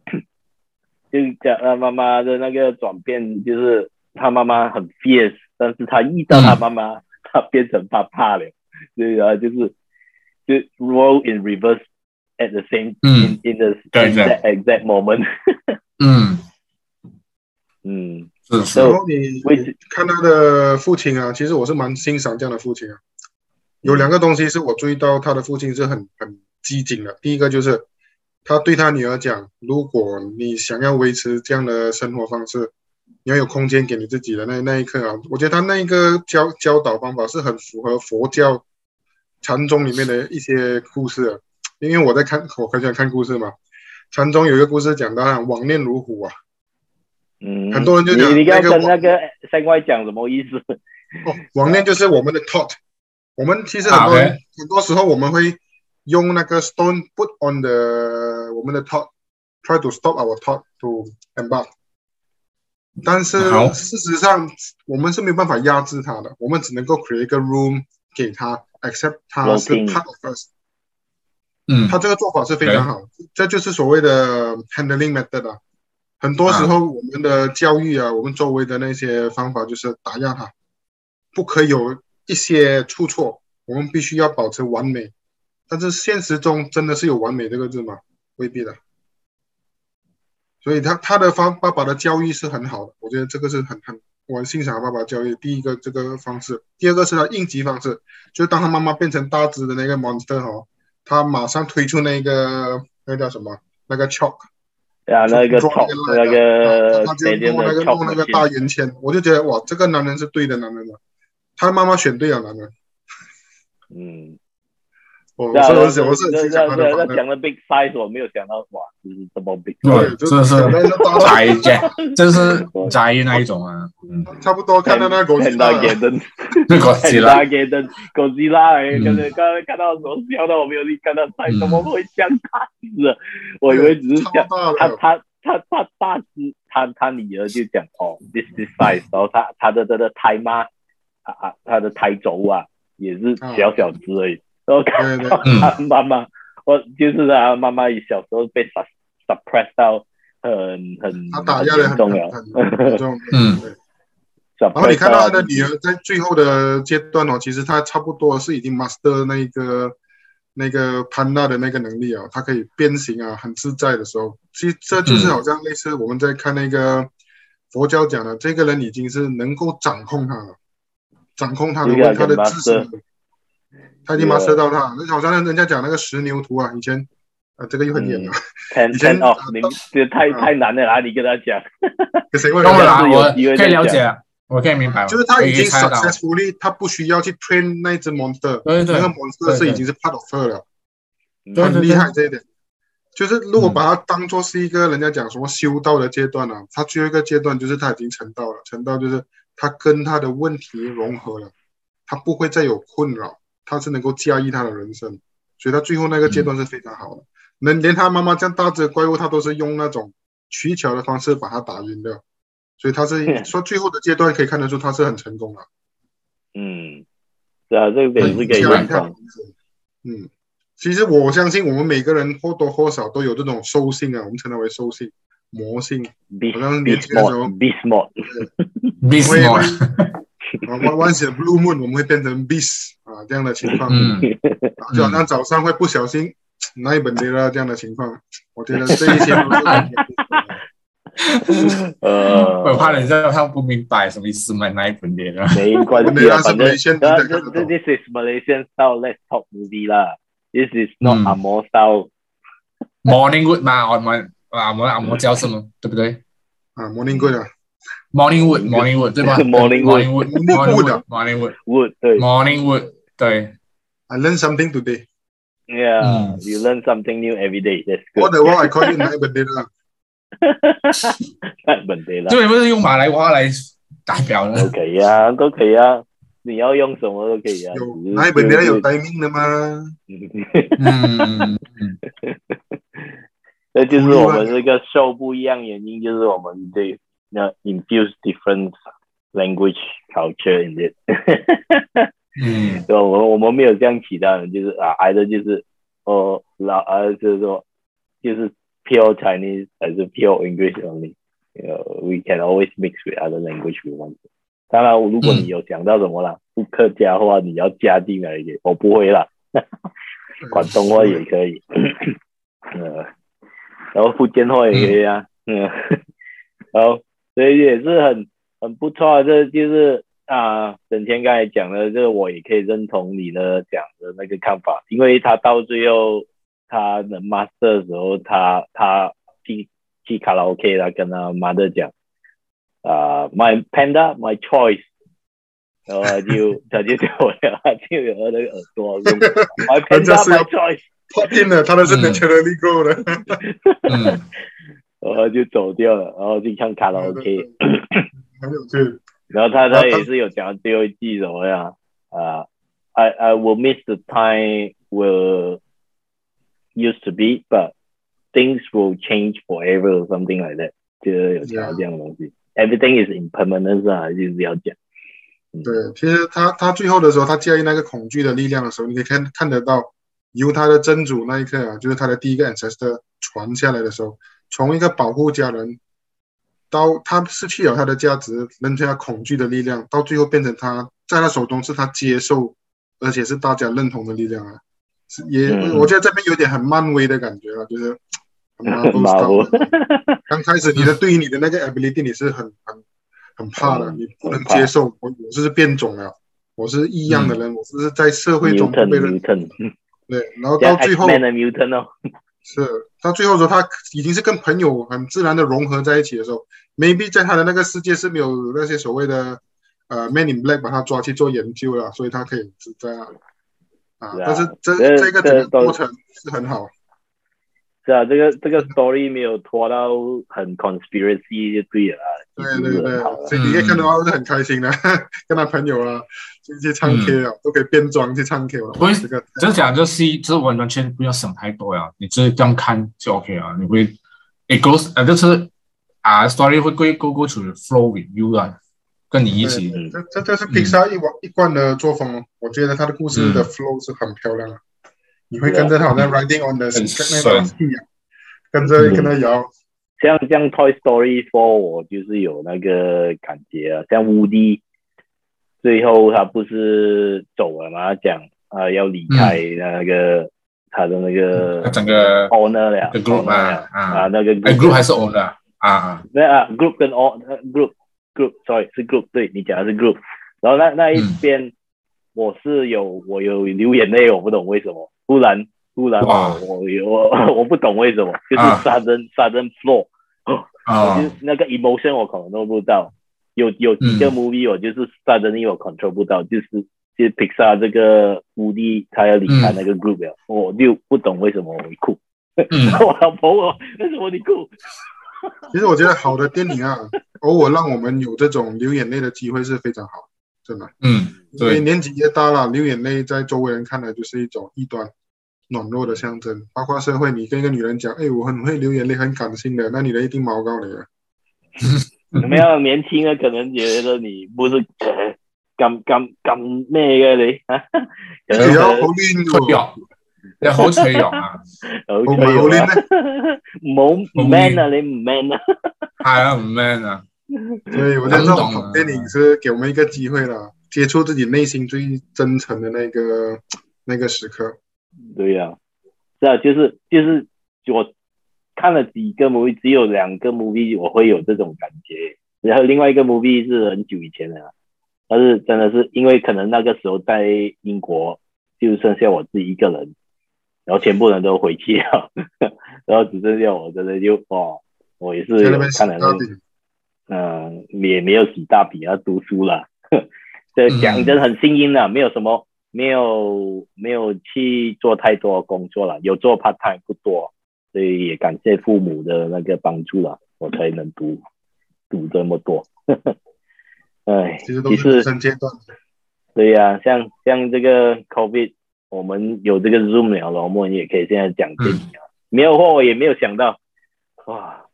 Speaker 1: 就是讲他妈妈的那个转变，就是他妈妈很 fierce，但是他遇到他妈妈，他变成他怕了，所以啊，就是就 roll in reverse at the same
Speaker 2: 嗯
Speaker 1: in in the
Speaker 2: 对
Speaker 1: exact exact moment，
Speaker 2: 嗯，
Speaker 1: 嗯，
Speaker 2: 是
Speaker 1: 对
Speaker 2: 是，
Speaker 3: 然后你
Speaker 1: 我也
Speaker 3: 你看他的父亲啊，其实我是蛮欣赏这样的父亲啊。有两个东西是我注意到他的父亲是很很机警的。第一个就是他对他女儿讲，如果你想要维持这样的生活方式，你要有空间给你自己的那那一刻啊，我觉得他那一个教教导方法是很符合佛教禅宗里面的一些故事的。因为我在看，我很喜欢看故事嘛。禅宗有一个故事讲到啊网恋如虎啊，
Speaker 1: 嗯，
Speaker 3: 很多人就讲
Speaker 1: 你你刚
Speaker 3: 那个
Speaker 1: 刚跟
Speaker 3: 网
Speaker 1: 那个三外讲什么意思？
Speaker 3: 哦，网恋就是我们的 thought。我们其实很多人、
Speaker 2: 啊啊，OK
Speaker 3: 很多时候我们会用那个 stone put on the 我们的 thought try to stop our thought to embark。但是
Speaker 2: 好
Speaker 3: 事实上，我们是没有办法压制它的，我们只能够 create 一个 room 给它，accept 它是
Speaker 1: Blocking
Speaker 3: part of us。
Speaker 2: 嗯
Speaker 3: 他这个做法是非常好，这就是所谓的 handling method 啊。很多时候我们的教育啊，我们周围的那些方法就是打压它，不可以有一些出错，我们必须要保持完美。但是现实中真的是有完美这个字吗？未必的。所以他他的方爸爸的教育是很好的，我觉得这个是很很我很欣赏他爸爸教育。第一个这个方式，第二个是他应急方式，就是当他妈妈变成大只的那个 monster 哦，他马上推出那个那个叫什么那个 chalk，
Speaker 1: 啊，那个
Speaker 3: 装
Speaker 1: top
Speaker 3: 那
Speaker 1: 那个
Speaker 3: 他就
Speaker 1: 呃谁间
Speaker 3: 弄那
Speaker 1: 的
Speaker 3: 个
Speaker 1: top
Speaker 3: 弄那个大圆圈，我就觉得哇，这个男人是对的男人了。他妈妈选对了男人，
Speaker 1: 嗯，
Speaker 3: 我
Speaker 1: 我
Speaker 3: 我说是我是
Speaker 1: 啊
Speaker 3: 很欣赏他的
Speaker 1: 他
Speaker 3: 反正
Speaker 1: 讲的 big size，我没有想到哇，就是这么 big，
Speaker 2: 对，
Speaker 3: 就
Speaker 2: 真的是
Speaker 3: 那个大
Speaker 2: 宅宅，真是宅那一种啊，嗯，
Speaker 3: 差不多看到那个狗
Speaker 1: 很
Speaker 3: 屎
Speaker 1: 大
Speaker 3: 了
Speaker 1: 给 灯，
Speaker 2: 那个是
Speaker 1: 很
Speaker 2: 啦
Speaker 1: 大，给灯，狗吉拉哎，
Speaker 2: 嗯
Speaker 1: 刚才刚才看到什么笑到我没有力，看到菜
Speaker 2: 嗯
Speaker 1: 怎么会像大只啊？我以为只是
Speaker 3: 超
Speaker 1: 像
Speaker 3: 大
Speaker 1: 他
Speaker 3: 的，
Speaker 1: 他他他大只，他他女儿就讲哦，this this size，然后他他的他的胎妈啊啊，他的台轴啊也是
Speaker 3: 嗯
Speaker 1: 小小只而已，然后看
Speaker 3: 对对，
Speaker 2: 嗯
Speaker 1: 啊他妈妈，我就是他妈妈小时候被 sup- suppress 到很很
Speaker 3: 他打压
Speaker 1: 很
Speaker 3: 的
Speaker 1: 严
Speaker 3: 很
Speaker 1: 重
Speaker 3: 很
Speaker 1: 了。
Speaker 3: 很 很重，
Speaker 2: 嗯
Speaker 3: 对。然后
Speaker 1: Surprise
Speaker 3: 你看到他的
Speaker 1: 到
Speaker 3: 女儿在最后的阶段哦，其实她差不多是已经 master 那一个那个潘娜的那个能力哦，她可以变形啊，很自在的时候，其实这就是
Speaker 2: 嗯
Speaker 3: 好像类似我们在看那个佛教讲的，这个人已经是能够掌控他了，掌控他的
Speaker 1: 对啊
Speaker 3: 为他的
Speaker 1: 跟
Speaker 3: 自身
Speaker 1: master，
Speaker 3: 他已经
Speaker 1: 对啊
Speaker 3: master 到他，那好像人家讲那个石牛图啊，以前啊这个又很远 了，
Speaker 1: 嗯 ten
Speaker 3: 以
Speaker 1: ten
Speaker 3: 前
Speaker 1: off，
Speaker 3: 呃
Speaker 1: 你这太
Speaker 3: 啊
Speaker 1: 太难了啊！你跟他讲，
Speaker 3: 谁会
Speaker 2: 当
Speaker 3: 有
Speaker 2: 然
Speaker 1: 下
Speaker 2: 啦，
Speaker 1: 次有
Speaker 2: 我
Speaker 1: 机会
Speaker 2: 可以
Speaker 1: 再
Speaker 2: 了
Speaker 1: 讲
Speaker 2: 解，啊我可以明白了，
Speaker 3: 就是他已经
Speaker 2: 可以猜到，啊
Speaker 3: successfully，他不需要去 train 那一只 monster，
Speaker 2: 对对
Speaker 3: 那个 monster 是已经是 part of her 了，
Speaker 2: 对
Speaker 3: 很
Speaker 2: 对嗯
Speaker 3: 厉
Speaker 2: 对
Speaker 3: 害这一点。就是如果把它当做是一个人家讲什么修道的阶段呢、啊，他最后一个阶段就是他已经成道了，成道就是他跟他的问题融合了，他不会再有困扰，他是能够驾驭他的人生，所以他最后那个阶段是非常好的。能连他妈妈这样大只的怪物，他都是用那种取巧的方式把他打晕的，所以他是说最后的阶段可以看得出他是很成功了。
Speaker 1: 嗯，是啊，这个点是可以
Speaker 3: 教
Speaker 1: 认
Speaker 3: 育他
Speaker 1: 同
Speaker 3: 们，嗯，其实我相信我们每个人或多或少都有这种兽性啊，我们称它为兽性、魔性。
Speaker 1: ，this
Speaker 3: 好像
Speaker 1: this
Speaker 3: 年轻的时候
Speaker 1: mod this mod，
Speaker 2: b i
Speaker 3: 我
Speaker 2: s
Speaker 3: 也
Speaker 2: m o
Speaker 3: 会 啊，one once in a blue moon，我们会变成 beast 啊这样的情况，
Speaker 2: 嗯，
Speaker 3: 啊就好像早上会不小心那一本的啦这样的情况。我觉得这 一些啊都是
Speaker 1: 呃，
Speaker 2: 我怕你这样他不明白什么意思嘛，那一本的啦，
Speaker 1: 没关
Speaker 3: 没
Speaker 1: 系啊，
Speaker 3: 啦
Speaker 1: 反
Speaker 3: 是
Speaker 1: 正
Speaker 3: Malaysian
Speaker 1: 啊
Speaker 3: 真
Speaker 1: 这
Speaker 3: 的看得
Speaker 1: 这
Speaker 3: 懂
Speaker 1: this is Malaysian style let's talk movie 啦，this is not
Speaker 2: 嗯
Speaker 1: Angmoh style，
Speaker 2: Morning Wood 嘛，我们啊，我按摩教什么，对不对
Speaker 3: 啊，morning good 啊，
Speaker 2: ？Morning Wood，Morning Wood 对吧
Speaker 1: 嗯 Morning Wood
Speaker 2: Wood，Morning
Speaker 3: Morning
Speaker 2: Wood，Morning
Speaker 1: 我
Speaker 2: Wood，Morning
Speaker 1: 对
Speaker 3: 嗯
Speaker 2: Wood，对，
Speaker 3: ，I learn something today。
Speaker 1: ，yeah
Speaker 2: 嗯
Speaker 1: you learn something new every day，that's
Speaker 3: What
Speaker 1: good，
Speaker 3: the what I call it 那一本的啦，
Speaker 1: 太本地啦
Speaker 2: 就你不是用马来话来代表了，
Speaker 1: 都可以啊，都可以啊，你要用什么都可以啊，
Speaker 3: 有
Speaker 1: 只是
Speaker 3: 那一本的
Speaker 1: 就
Speaker 3: 有
Speaker 1: 是
Speaker 3: timing 的吗？
Speaker 2: 嗯，
Speaker 1: 那就是我们这个 show 不一样，原因就是我们对那 infuse different language culture in it。
Speaker 2: 嗯，
Speaker 1: 对，我们我们没有这样起到的，就是啊，挨的就是哦老啊，就是说就是 pure Chinese 还是 pure English only。You know, we can always mix with other language we want. 当然，如果你有想到什么啦，不客家话你要加进来一点，我不会啦。 广东话也可以，呃，然后福建话也可以啊，嗯， 然后所以也是很很不错啊，这就是啊，整天刚才讲的，这个我也可以认同你的讲的那个看法，因为他到最后他能 master 的时候，他他去去卡拉 OK 他跟他 mother 讲，啊、m y panda my choice。然后他就他就掉了，他就有他的耳 朵。就 My
Speaker 3: 人家
Speaker 1: panda
Speaker 3: 是要
Speaker 1: my choice，
Speaker 3: pop in 的，他的是
Speaker 2: 嗯
Speaker 3: naturally grow 的。
Speaker 2: 嗯，
Speaker 1: 然后就走掉了，然后去唱卡拉 OK。
Speaker 3: 很有趣。
Speaker 1: 然后他他
Speaker 3: 然后他
Speaker 1: 也是有讲最后一句什么呀？啊、i I will miss the time will used to be, but things will change forever or something like that，就是有讲到这样的东西。Everything is impermanent 啊，就是要讲。嗯
Speaker 3: 对，其实他他最后的时候，他驾驭那个恐惧的力量的时候，你可以看看得到，由他的真主那一刻啊，就是他的第一个 ancestor 传下来的时候，从一个保护家人，到他失去了他的价值，扔下恐惧的力量，到最后变成他在他手中是他接受，而且是大家认同的力量啊。是也，
Speaker 1: 嗯
Speaker 3: 我觉得这边有点很漫威的感觉啊，就是 很
Speaker 1: Marvel
Speaker 3: 刚开始你 的对于你的那个 ability 你是很很很怕的，
Speaker 1: 嗯
Speaker 3: 你不能接受，我我是变种了，我是异样的人，我是在社会中不
Speaker 1: Newton
Speaker 3: 被认
Speaker 1: Newton，
Speaker 3: 对，然后
Speaker 1: 像
Speaker 3: 到最后
Speaker 1: X-Men 的 Newton 哦，
Speaker 3: 是到最后的时候，他已经是跟朋友很自然的融合在一起的时候，maybe 在他的那个世界是没有那些所谓的呃 Man in Black 把他抓去做研究了，所以他可以是这样啊，
Speaker 1: 是啊
Speaker 3: 但是这
Speaker 1: 这
Speaker 3: 这个
Speaker 1: 这
Speaker 3: 整个
Speaker 1: 都
Speaker 3: 过程是很好，
Speaker 1: 是啊，这个这个 story 没有拖到很 conspiracy 就对了啊，
Speaker 3: 对
Speaker 1: 其实
Speaker 3: 对
Speaker 1: 是
Speaker 3: 对
Speaker 1: 很好，啊的
Speaker 3: 所以你可以看得到是很开心的， 跟他朋友啊，去去唱 K 啊，都可以变装去唱 K 了。
Speaker 2: 不是
Speaker 3: 这个
Speaker 2: 就讲这戏，就是完完全不要想太多呀，你就是这样看就 OK 了，你会，it goes 啊，就是啊，story 会 go go go to the flow with you 啊，跟你一起，
Speaker 1: 嗯
Speaker 3: 这这这是 Pixar 一往一贯的作风哦。我觉得他的故
Speaker 2: 嗯
Speaker 3: 事的 flow 是很漂亮的，你会跟着他好像 riding on the
Speaker 2: 很
Speaker 3: 跟那个
Speaker 2: 顺
Speaker 3: 戏一样，跟着
Speaker 2: 嗯
Speaker 3: 跟他摇，
Speaker 1: 像像 Toy Story Four，我就是有那个感觉啊，像 Woody，最后他不是走了嘛，他讲啊、要离开那个、他的那个
Speaker 2: 他整个
Speaker 1: owner 了
Speaker 2: 嗯 the group 啊
Speaker 1: owner 了
Speaker 2: 啊
Speaker 1: 啊，那个
Speaker 2: 哎，group 还是 owner 啊啊啊，
Speaker 1: 没有啊，group 跟 all 呃 group group sorry 是 group，对你讲的是 group。然后那那一
Speaker 2: 嗯
Speaker 1: 边、我是有我有流眼泪，我不懂为什么，突然突然
Speaker 2: 哇
Speaker 1: 我我有我我不懂为什么，就是
Speaker 2: 啊
Speaker 1: 杀人杀人 floor，
Speaker 2: 啊
Speaker 1: 就是那个 emotion 我 control 不到。有有几个
Speaker 2: 嗯
Speaker 1: movie 我就是杀人力我 control 不到，就是就是 Pixar 这个乌迪他要离开
Speaker 2: 嗯
Speaker 1: 那个 group 了，我就不懂为什么我会哭。
Speaker 2: 嗯
Speaker 1: 我老婆我为什么你哭？
Speaker 3: 其实我觉得好的电影啊，偶尔让我们有这种流眼泪的机会是非常好，真的。
Speaker 2: 嗯，
Speaker 3: 因为
Speaker 2: 对，
Speaker 3: 年纪越大了，流眼泪在周围人看来就是一种异端、软弱的象征。包括社会，你跟一个女人讲：“哎，我很会流眼泪，很感性的”，那女人一定毛高你了。
Speaker 1: 没有年轻的可能觉得你不是 呃咁咁咁咩嘅你 啊，可
Speaker 2: 哎
Speaker 3: 你
Speaker 1: 能
Speaker 3: 要好亂
Speaker 2: 脆
Speaker 3: 喎，
Speaker 2: 弱，你好脆弱 啊，
Speaker 1: 好
Speaker 3: 好唔
Speaker 1: 脆
Speaker 3: 係好
Speaker 1: 弱
Speaker 3: 亂
Speaker 1: 啊
Speaker 3: 咩？
Speaker 1: 唔好唔 man 啊，你唔 man 啊，
Speaker 2: 系啊，唔 man 啊，
Speaker 3: 所以我觉得这种好电影是给我们一个机会了，接触自己内心最真诚的那个那个时刻。
Speaker 1: 对呀、啊，是啊，就是就是我看了几个 movie，只有两个 movie 我会有这种感觉，然后另外一个 movie 是很久以前的、啊，但是真的是因为可能那个时候在英国就剩下我自己一个人，然后全部人都回去了， 然后只剩下我，真的就哦，我也是
Speaker 3: 在那
Speaker 1: 有
Speaker 3: 边洗
Speaker 1: 看了那
Speaker 3: 大
Speaker 1: 个
Speaker 3: 饼，
Speaker 1: 嗯，也没有洗大笔要读书啦。 这
Speaker 2: 嗯
Speaker 1: 讲真很幸运啦，没有什么，没有没有去做太多工作了，有做 part time 不多，所以也感谢父母的那个帮助啦，我才能读读这么多。 哎，
Speaker 3: 其实都是人生阶段。
Speaker 1: 对呀、像像这个 COVID，我们有这个 Zoom 了了，我们也可以现在讲电影啊。没有货，我也没有想到，哇，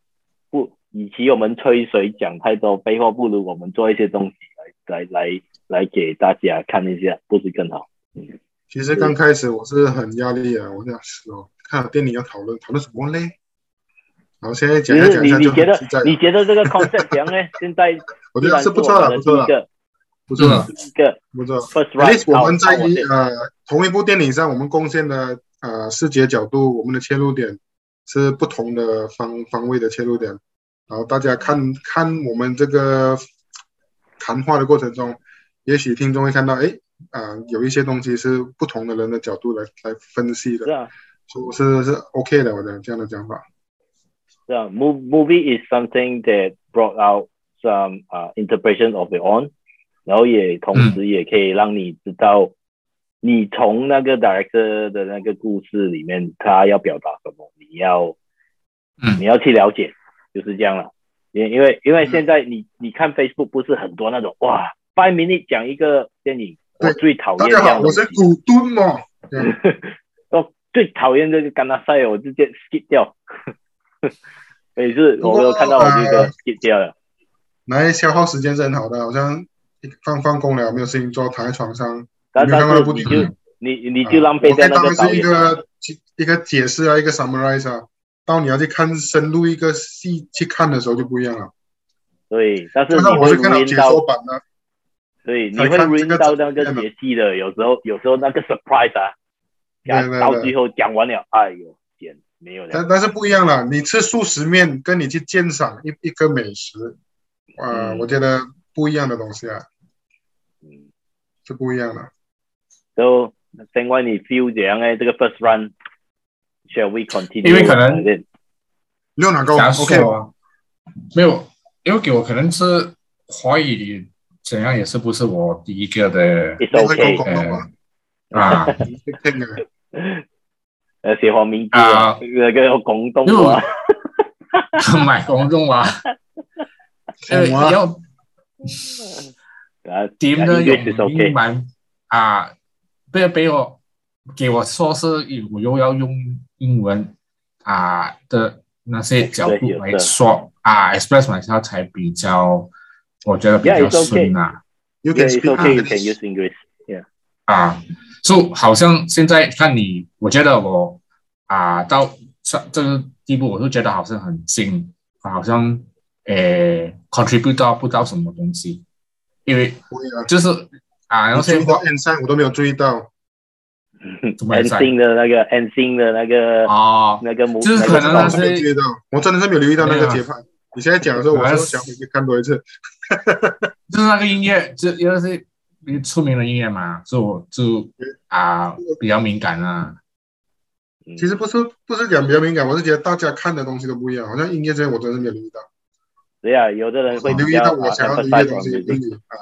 Speaker 1: 不，与其我们吹水讲太多废话，不如我们做一些东西来来来来给大家看一下，不是更好？
Speaker 3: 其实刚开始我是很压力啊，我想是哦，看了电影要讨论讨论什么嘞？然后现在讲一下
Speaker 1: 是
Speaker 3: 讲一
Speaker 1: 你
Speaker 3: 下
Speaker 1: 你
Speaker 3: 就
Speaker 1: 觉
Speaker 3: 很
Speaker 1: 得
Speaker 3: 自在了。
Speaker 1: 你觉得这个 concept 怎样呢？现在
Speaker 3: 我觉得是不错了，不错了，
Speaker 1: 了，
Speaker 3: 不错了，
Speaker 1: 第一个
Speaker 3: 不错了。
Speaker 1: first
Speaker 3: at
Speaker 1: round，
Speaker 3: least 我们在
Speaker 1: 好好我
Speaker 3: 一
Speaker 1: 先
Speaker 3: 呃同一部电影上，我们贡献的呃视觉角度，我们的切入点是不同的方方位的切入点，然后大家看看我们这个谈话的过程中，也许听众会看到，哎，啊、有一些东西是不同的人的角度来来分析
Speaker 1: 是
Speaker 3: 的，
Speaker 1: 啊。
Speaker 3: 所以是是 OK 的，我的这样的讲法。
Speaker 1: Yeah, mov- movie is something that brought out some uh, interpretation of your own，然后也同时也可以让你知道，你从那个 director 的那个故事里面，他要表达什么，你要
Speaker 2: 嗯
Speaker 1: 你要去了解，就是这样了。因因为因为
Speaker 3: 嗯
Speaker 1: 现在你你看 Facebook 不是很多那种哇，five minute 讲一个电影，我
Speaker 3: 对
Speaker 1: 最讨
Speaker 3: 大
Speaker 1: 厌
Speaker 3: 家
Speaker 1: 这
Speaker 3: 好，
Speaker 1: 样
Speaker 3: 我
Speaker 1: 东西
Speaker 3: 是古墩哦，
Speaker 1: 我最讨厌这个戛纳赛，我直接 skip 掉。 每次我有看到我就给它 skip 掉了。
Speaker 3: 来消耗时间是很好的，好像放放工了，没有事情做，躺在床上
Speaker 1: 但
Speaker 3: 你没
Speaker 1: 但
Speaker 3: 看过那
Speaker 1: 是
Speaker 3: 部
Speaker 1: 你
Speaker 3: 电
Speaker 1: 就
Speaker 3: 影
Speaker 1: 你你就浪费
Speaker 3: 嗯我可
Speaker 1: 在那
Speaker 3: 以当
Speaker 1: 个
Speaker 3: 然
Speaker 1: 导
Speaker 3: 是一
Speaker 1: 演。
Speaker 3: 个一个解释啊，一个 summarize 啊。到你要去看深入一个戏去看的时候就不一样了。
Speaker 1: 对，但是
Speaker 3: 就
Speaker 1: 你
Speaker 3: 像我
Speaker 1: 会
Speaker 3: 是看到
Speaker 1: ruin
Speaker 3: 解
Speaker 1: 到
Speaker 3: 说，版啊的，
Speaker 1: 对，你
Speaker 3: 才
Speaker 1: 会
Speaker 3: 看这
Speaker 1: ruin
Speaker 3: 个
Speaker 1: 到
Speaker 3: 怎
Speaker 1: 那
Speaker 3: 么
Speaker 1: 个
Speaker 3: 样呢
Speaker 1: 解析的。有时候有时候那个 surprise 啊，
Speaker 3: 对对对
Speaker 1: 到最后讲完了，哎呦天，没有
Speaker 3: 但
Speaker 1: 了。
Speaker 3: 但是不一样了。你吃素食面，跟你去鉴赏一一颗美食，啊、
Speaker 1: 嗯
Speaker 3: 我觉得不一样的东西啊，
Speaker 1: 嗯，
Speaker 3: 是不一样的。
Speaker 1: 然后另外你 feel 怎样呢？这个 first run，shall we continue？
Speaker 2: 因为可能
Speaker 1: like that？
Speaker 3: 六哪个
Speaker 2: 假如
Speaker 3: 哦 OK？
Speaker 2: 说没有，因为给我可能是怀疑怎样也是不是我第一个的
Speaker 1: it's
Speaker 3: 你会讲
Speaker 1: okay，
Speaker 3: 广东话，
Speaker 2: 啊，
Speaker 3: 你会听的。
Speaker 1: 呃，写黄明志啊
Speaker 2: 啊，
Speaker 1: 那个广东
Speaker 2: 因为
Speaker 1: 话
Speaker 2: 我。买广东話，因為
Speaker 3: 我
Speaker 2: 呃有
Speaker 1: 啊，
Speaker 2: 點
Speaker 1: 啊
Speaker 2: 都
Speaker 1: 音乐是
Speaker 2: 用英
Speaker 1: OK，
Speaker 2: 文啊，不要俾我给我说是我又要用英文啊的那些角度来说啊，express myself 才比较，我觉得比
Speaker 1: Yeah,
Speaker 2: 较
Speaker 1: it's okay.
Speaker 2: 顺啊
Speaker 3: you
Speaker 1: Yeah,
Speaker 3: can
Speaker 1: it's
Speaker 3: speak
Speaker 1: okay. You can
Speaker 3: English
Speaker 1: use English.
Speaker 2: 啊，就好像现在看你，我觉得我啊到上这个地步，我就觉得好像很近好像诶、contribute 到不到什么东西，因为
Speaker 3: 不会啊，
Speaker 2: 就是啊那
Speaker 3: 我
Speaker 2: 些
Speaker 3: 注意到
Speaker 2: 话
Speaker 3: N 三我都没有注意到，
Speaker 2: 怎么
Speaker 1: N
Speaker 2: 在
Speaker 1: 星的那个 N 星的那个、
Speaker 2: 哦，
Speaker 1: 那个模，
Speaker 2: 就是 Uh, 可能
Speaker 1: 那
Speaker 2: 他
Speaker 1: 个
Speaker 2: 是
Speaker 3: 我没有注意到，我真的是没有留意到那
Speaker 2: 没有
Speaker 3: 个
Speaker 2: 啊
Speaker 3: 节拍。你现在讲的时候，我
Speaker 2: 可能嗯
Speaker 3: 说
Speaker 2: 是
Speaker 3: 想回去看多一次。
Speaker 2: 就是那个音乐，就因为是出名的音乐嘛，所以我就啊、比较敏感啊。
Speaker 1: 嗯
Speaker 3: 其实不是不是讲比较敏感，我是觉得大家看的东西都不一样，好像音乐这些我真的是没有留意到，
Speaker 1: 对啊，有的人会
Speaker 3: 我留
Speaker 1: 比
Speaker 3: 意
Speaker 1: 较
Speaker 3: 到我想哦要留意的东西不
Speaker 1: emphasize on
Speaker 3: 一
Speaker 1: music
Speaker 3: 样啊，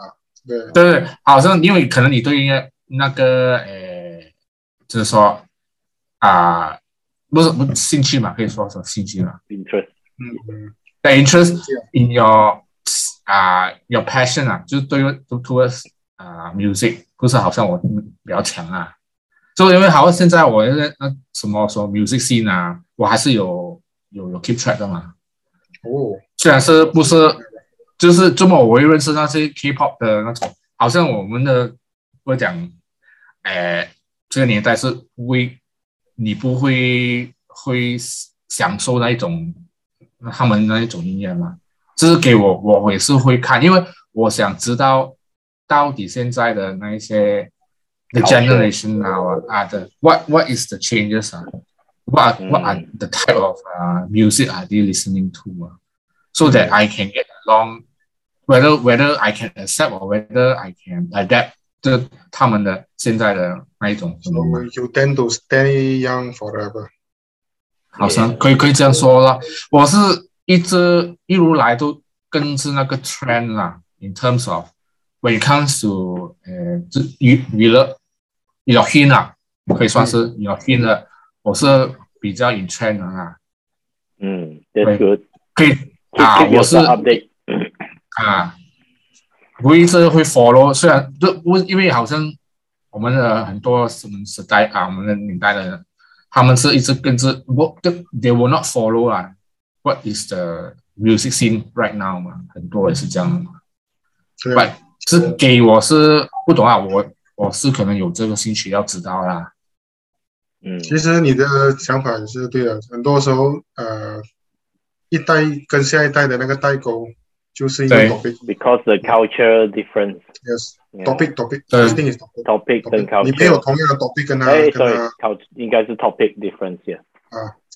Speaker 3: 对。
Speaker 2: 对对，好像因为可能你对音乐那个呃，就是说啊、不是不是兴趣嘛，可以说说兴趣嘛。
Speaker 1: interest，
Speaker 3: 嗯，
Speaker 2: The interest
Speaker 3: 这样
Speaker 2: in your 啊、your passion 啊，就是对于 towards 啊、music，不是好像我比较强啊。就因为好像现在我那那什么说 music scene 啊，我还是有有有 keep track 的嘛。
Speaker 3: 哦，
Speaker 2: 虽然是不是，就是这么我会认识那些 K-pop 的那种，好像我们的我讲，哎、这个年代是不会，你不会会享受那一种他们那一种音乐吗？这是给我，我也是会看，因为我想知道到底现在的那一些 the
Speaker 1: Culture
Speaker 2: generation now 啊的 what what is the changes 啊？What are- what are the type of uh, music are they listening to 啊、so that I can get along, whether whether I can accept or whether I can adapt 这他们的现在的那一种什么嘛，
Speaker 3: so you tend to stay young forever。
Speaker 2: 好像可以可以这样说了。我是一直一路来都跟着那个 trend 啦，in terms of when it comes to 呃这娱娱乐娱乐圈啊，可以算是娱乐圈的，我是比较 in trend 的啦，
Speaker 1: 嗯，that's good，
Speaker 2: 可以
Speaker 1: Keep-
Speaker 2: 啊
Speaker 1: keep
Speaker 2: 我是
Speaker 1: yourself update，
Speaker 2: 啊，我一直会 follow，虽然这不因为好像我们的很多什么时代啊，我们的年代的人，他们是一直跟着我，they will not follow 啊，what is the music scene right now 嘛，很多人是这样的嘛。
Speaker 3: 对，
Speaker 2: But 是给我是不懂啊，我我是可能有这个兴趣要知道啦。
Speaker 1: 嗯，
Speaker 3: 其实你的想法也是对的，很多时候呃，一代跟下一代的那个代沟就是一个
Speaker 2: 对
Speaker 3: topic。
Speaker 1: Because the culture difference.
Speaker 3: Yes,
Speaker 1: Yeah.
Speaker 3: topic, topic，
Speaker 2: 对
Speaker 3: 一定是 topic。
Speaker 1: Topic 跟
Speaker 3: topic 你没有
Speaker 1: culture，
Speaker 3: 同样的 topic 跟他
Speaker 1: 哎
Speaker 3: 跟
Speaker 1: ，sorry，
Speaker 3: 他，
Speaker 1: 考应该是 topic difference yeah。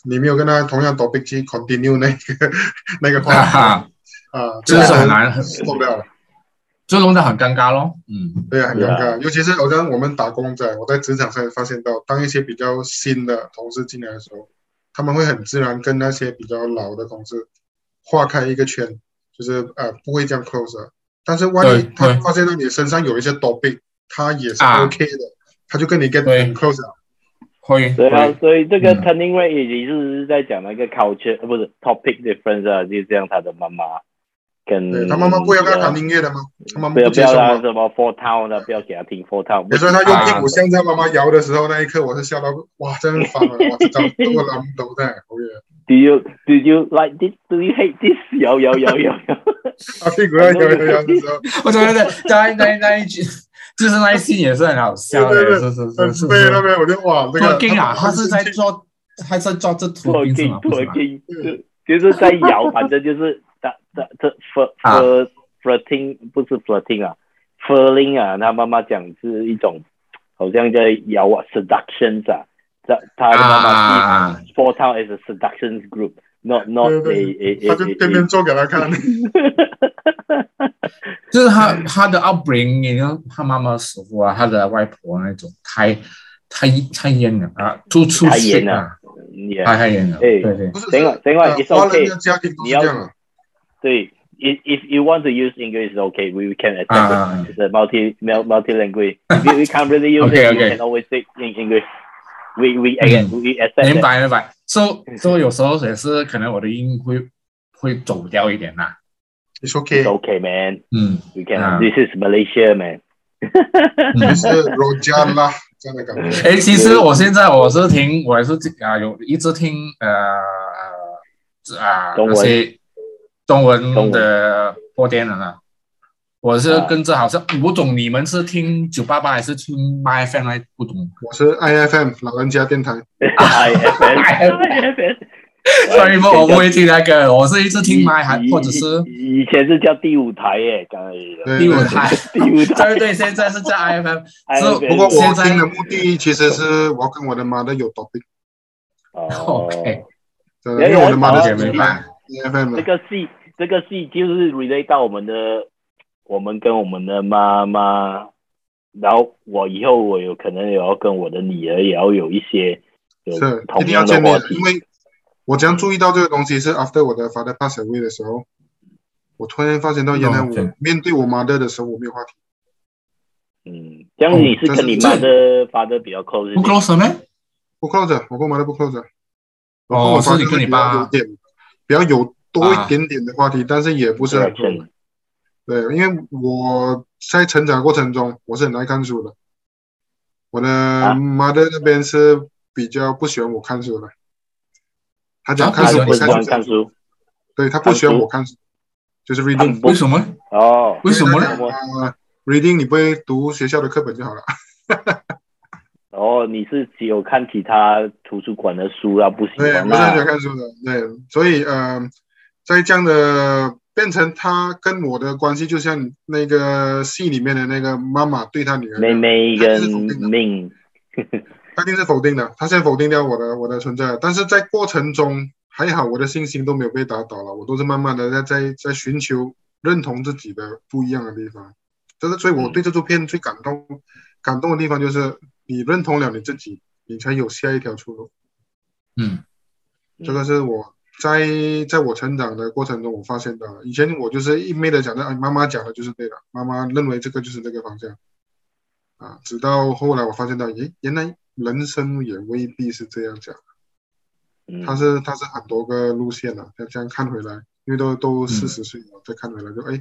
Speaker 3: 你没有跟他同样 topic 去 continue 那个那个
Speaker 2: 哈
Speaker 3: 话
Speaker 2: 哈，
Speaker 3: 啊，
Speaker 2: 真是很难，
Speaker 3: 受不了了。
Speaker 2: 就弄得很尴尬咯。嗯，
Speaker 3: 对啊，很
Speaker 1: 对
Speaker 3: 尴
Speaker 1: 啊
Speaker 3: 尬，尤其是好像我们打工仔，我在职场上也发现到，当一些比较新的同事进来的时候，他们会很自然跟那些比较老的同事划开一个圈，就是呃不会这样 close 的。但是万一
Speaker 2: 对
Speaker 3: 他
Speaker 2: 对
Speaker 3: 发现到你身上有一些 topic，他也是
Speaker 2: 啊
Speaker 3: OK 的，他就跟你 get
Speaker 2: 对
Speaker 3: 很 close 了。
Speaker 2: 会
Speaker 1: 对啊，
Speaker 2: 会
Speaker 1: 所以这个
Speaker 2: 嗯
Speaker 1: turning r a t 也就是在讲那个 culture，呃不是 topic difference 啊，就是这样他的妈妈跟
Speaker 3: 对他妈妈不要跟他谈音乐的吗？他妈
Speaker 1: 嗯不
Speaker 3: 妈
Speaker 1: 要
Speaker 3: 不
Speaker 1: 不
Speaker 3: 接
Speaker 1: 要
Speaker 3: 受
Speaker 1: 啦，
Speaker 3: 吗？
Speaker 1: 什么 four town 啊的，不要给他听 four town。
Speaker 3: 你说他用屁股
Speaker 2: 啊
Speaker 3: 向他妈妈摇的时候，那一刻我是笑到哇，真烦了，我知道，我懒都在，好远，
Speaker 1: Do you do you like this? Do you hate this? 有有有有有。
Speaker 3: 他屁股要摇摇摇的时候。
Speaker 2: 我觉得那那那一句，就是那一句也是很好笑的，
Speaker 3: 对
Speaker 2: 是是
Speaker 3: 很
Speaker 2: 是是
Speaker 3: 对，那
Speaker 2: 是。
Speaker 3: 边我就哇，这个
Speaker 2: Twerking 啊，他是在做，他在 做这图钉是
Speaker 1: twerking
Speaker 2: 吗？不是吗
Speaker 1: twerking，就
Speaker 3: 嗯
Speaker 1: 就是在摇，反正就是打打这 fir
Speaker 2: 啊
Speaker 1: fir flirting 不是 flirting 啊，flirting 啊，他妈妈讲是一种好像在摇啊 seductions 啊，他他的妈妈
Speaker 2: 啊，
Speaker 1: 是 four town is a seductions group，not not a
Speaker 3: 对
Speaker 1: a
Speaker 3: 他就偏偏
Speaker 1: a
Speaker 3: 做给他看，
Speaker 2: 就是他
Speaker 1: 嗯
Speaker 2: 他的 upbringing，然后他妈妈师傅啊，他的外婆那种，太太太严了啊，出出
Speaker 1: 太严
Speaker 2: 血
Speaker 1: 了哎
Speaker 2: 啊，
Speaker 1: a
Speaker 2: 太太严了，对对
Speaker 3: 不是
Speaker 1: 等一会等一会
Speaker 3: 呃
Speaker 1: it's
Speaker 3: 华
Speaker 1: okay
Speaker 3: 人的家庭都是这样啊，
Speaker 1: 对，if if you want to use English, it's okay. We we can accept
Speaker 2: 啊
Speaker 1: it.
Speaker 2: 啊啊
Speaker 1: It's a multi mul- multi language. If you, you can't really use
Speaker 2: Okay,
Speaker 1: it, you
Speaker 2: okay. Mm-hmm.
Speaker 1: can always speak in English. We we again we accept
Speaker 2: 明
Speaker 1: that.
Speaker 2: 白明白。So so 有时候也是可能我的音会会走掉一点啦，
Speaker 3: 你
Speaker 1: It's
Speaker 3: OK，
Speaker 1: okay, man.
Speaker 2: 嗯
Speaker 1: We can.
Speaker 2: Ah.
Speaker 1: This is Malaysia, man.
Speaker 2: 嗯
Speaker 3: 就是
Speaker 2: Mm-hmm.
Speaker 3: 罗家啦这样的感觉，
Speaker 2: 哎，其实我现在我是听，我也是听啊，有一直听呃呃啊
Speaker 1: 中文
Speaker 2: 那些中
Speaker 1: 中
Speaker 2: 文的
Speaker 1: 文
Speaker 2: 播电的呢。我是
Speaker 1: 啊
Speaker 2: 跟着好像我懂你们是听九八八还是听 My Fan 来不懂
Speaker 3: 我是 IFM 老人家电台，
Speaker 1: I F N. I F N.
Speaker 2: sorry，不，我不会听那个，我是一 直听麦还
Speaker 1: 以
Speaker 2: 或者是
Speaker 1: 以以前是叫第五台耶，刚才也
Speaker 3: 对
Speaker 2: 第五台，
Speaker 1: 第五 台，
Speaker 2: 对对，现在是 叫 IFM，
Speaker 1: 哎
Speaker 2: 是
Speaker 1: 对
Speaker 3: 不过我
Speaker 2: 现在
Speaker 3: 听的目的其实是我跟我的妈的有 topic，
Speaker 1: 哦
Speaker 2: OK，
Speaker 3: 真的，因为我的妈的是
Speaker 2: 了解明白
Speaker 3: FM
Speaker 1: 这
Speaker 3: 的，
Speaker 1: 个戏，这个戏就是 relate 到我们的，我们跟我们的妈妈，然后我以后我有可能也要跟我的女儿也要有一些有
Speaker 3: 是一
Speaker 1: 同
Speaker 3: 定要
Speaker 1: 样
Speaker 3: 见
Speaker 1: 的话
Speaker 3: 面，
Speaker 1: 题
Speaker 3: 因。为我这样注意到这个东西是 after 我的 father pass away 的时候，我突然发现到原来
Speaker 2: 哦对
Speaker 3: 我面对我妈的的时候我没有话题，
Speaker 1: 嗯，这样你是跟你
Speaker 3: 哦
Speaker 1: 妈的发的比较 close，一
Speaker 2: 不
Speaker 1: 点
Speaker 2: close 了咩？
Speaker 3: 不 close，我跟我妈的不 close，我跟
Speaker 2: 哦，
Speaker 3: 我
Speaker 2: 是
Speaker 3: 发
Speaker 2: 你跟你
Speaker 3: 有
Speaker 2: 爸，
Speaker 3: 点比较有多
Speaker 2: 啊
Speaker 3: 一点点的话题，但是也不是很多。
Speaker 1: interaction
Speaker 3: 对，因为我在成长过程中，我是很爱看书的。我
Speaker 1: 啊
Speaker 3: 的 mother 那边是比较不喜欢我看书的，他讲
Speaker 2: 啊
Speaker 3: 看书
Speaker 2: 他
Speaker 3: 我
Speaker 1: 不
Speaker 2: 喜
Speaker 1: 喜
Speaker 3: 看
Speaker 1: 欢
Speaker 3: 书，
Speaker 1: 看书
Speaker 3: 对他不喜欢我看书，就是
Speaker 1: 看
Speaker 3: reading。
Speaker 1: 不
Speaker 2: 为什么？
Speaker 1: 哦，
Speaker 2: 为什么呢？
Speaker 1: 我
Speaker 3: 啊、reading 你不会读学校的课本就好了，
Speaker 1: 哦，你是只有看其他图书馆的书啦，不喜
Speaker 3: 对，
Speaker 1: 欢
Speaker 3: 不是很
Speaker 1: 啦
Speaker 3: 喜欢。看书的，对，所以呃，在这样的变成他跟我的关系，就像那个戏里面的那个妈妈对他女儿那
Speaker 1: 妹妹跟
Speaker 3: 样，还是否定的
Speaker 1: 命，
Speaker 3: 他一定是否定的，他先否定掉我的我的存在，但是在过程中还好我的信心都没有被打倒了，我都是慢慢的在在在寻求认同自己的不一样的地方，这是所以我对这部片最感动、感动的地方就是你认同了你自己，你才有下一条出路，
Speaker 2: 嗯，
Speaker 3: 这个是我。在在我成长的过程中，我发现到了，以前我就是一昧的讲的，哎，妈妈讲的就是对的，妈妈认为这个就是这个方向，啊，直到后来我发现到，咦，原来人生也未必是这样讲。
Speaker 1: 嗯
Speaker 3: 它是它是很多个路线的、这样这样看回来，因为都都
Speaker 2: 嗯
Speaker 3: 四十岁了，再看回来就哎，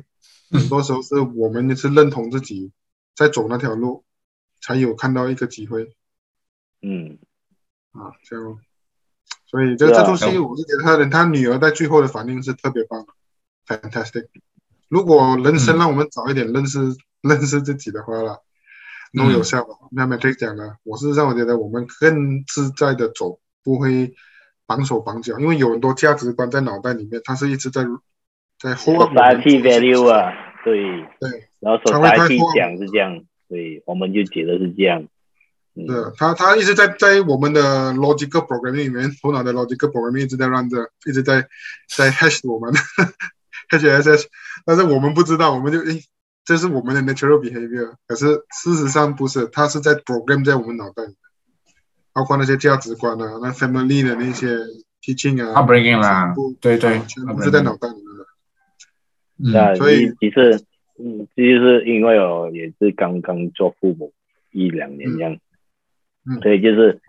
Speaker 3: 很多时候是我们是认同自己在走那条路，才有看到一个机会
Speaker 1: 嗯，
Speaker 3: 啊，这样。所以这
Speaker 1: 对啊
Speaker 3: 这出戏，我是觉得他的他女儿在最后的反应是特别棒的，fantastic。如果人生
Speaker 2: 嗯
Speaker 3: 让我们早一点认识、认识自己的话啦，都
Speaker 2: 嗯
Speaker 3: 有效果。那 Matrix 讲了，我是让我觉得我们更自在的走，不会绑手绑脚，因为有很多价值观在脑袋里面，它是一直在在 hold up 我们
Speaker 1: society value 啊，对
Speaker 3: 对，
Speaker 1: 然后
Speaker 3: 常会太
Speaker 1: society
Speaker 3: 过
Speaker 1: 讲是这样，对，我们就觉得是这样，嗯，
Speaker 3: 对，它它一直在在我们的 logical programming 里面，头脑的 logical programming 一直在 run 着，一直在在 hash 我们 hash SS，但是我们不知道，我们就诶，这是我们的 natural behavior，可是事实上不是，它是在 program 在我们脑袋里面，包括那些价值观啊，那 family 的那些 teaching 啊，
Speaker 2: upbringing 啦
Speaker 3: 全部，
Speaker 2: 对对，
Speaker 3: 全部是在
Speaker 2: upbringing
Speaker 3: 脑袋里面的。
Speaker 2: 嗯
Speaker 1: 那
Speaker 3: 所以
Speaker 1: 其实，嗯，这就是因为我也是刚刚做父母一两年这样，
Speaker 3: 嗯嗯
Speaker 1: 所以就是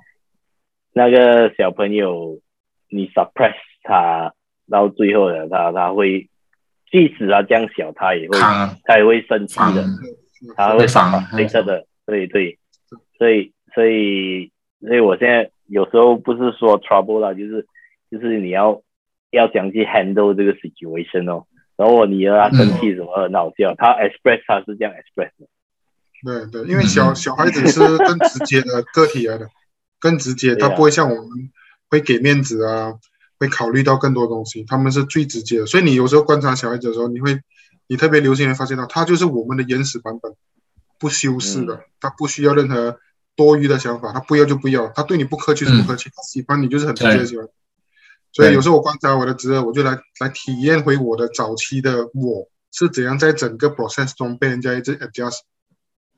Speaker 1: 那个小朋友，你 suppress 他到最后的他，他会即使他这样小，他也会
Speaker 2: 扛啊
Speaker 1: 他也会生气
Speaker 2: 扛
Speaker 1: 的，
Speaker 2: 啊，
Speaker 1: 他
Speaker 2: 会
Speaker 1: 会
Speaker 2: 防
Speaker 1: 反
Speaker 2: 嗯
Speaker 1: 对着的，对对，所以所以所以我现在有时候不是说 trouble 啦，就是就是你要要怎样去 handle 这个 situation 哦。然后我女儿啊
Speaker 2: 嗯
Speaker 1: 生气什么很好笑，她 express 她是这样 express 的，
Speaker 3: 对对，因为小
Speaker 2: 嗯
Speaker 3: 小孩子是更直接的个体来的， 更直接，
Speaker 1: 对啊
Speaker 3: 他不会像我们会给面子啊，会考虑到更多东西，他们是最直接的。所以你有时候观察小孩子的时候，你会你特别留心的发现到，他就是我们的原始版本，不修饰的，他不需要任何多余的想法，他不要就不要，他对你不客气就不客气，他喜欢你就是很直接
Speaker 2: 对
Speaker 3: 的喜欢。所以
Speaker 2: 对
Speaker 3: 有时候我观察我的侄儿，我就来来体验回我的早期的我是怎样在整个 process 中被人家一直 adjust，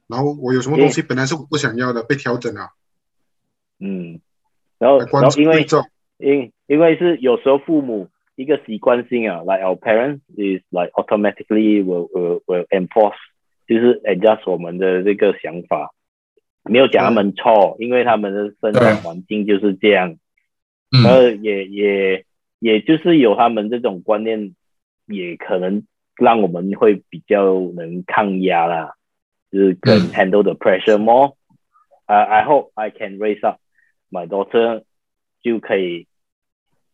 Speaker 3: 然后我有什么东西本来是我不想要的被调整了，
Speaker 1: 嗯。然后
Speaker 3: 来
Speaker 1: 然
Speaker 3: 关
Speaker 1: 后
Speaker 3: 注
Speaker 1: 因为
Speaker 3: 对照，
Speaker 1: 因因为是有时候父母一个习惯性啊，like our parents is like automatically will will will enforce，就是 adjust 我们的这个想法，没有讲他们错，因为他们的生
Speaker 2: 对
Speaker 1: 长环境就是这样，然
Speaker 2: 嗯
Speaker 1: 后也也也就是有他们这种观念，也可能让我们会比较能抗压啦，就是可能
Speaker 2: 嗯
Speaker 1: handle the pressure more。呃、i hope I can raise up my daughter，就可以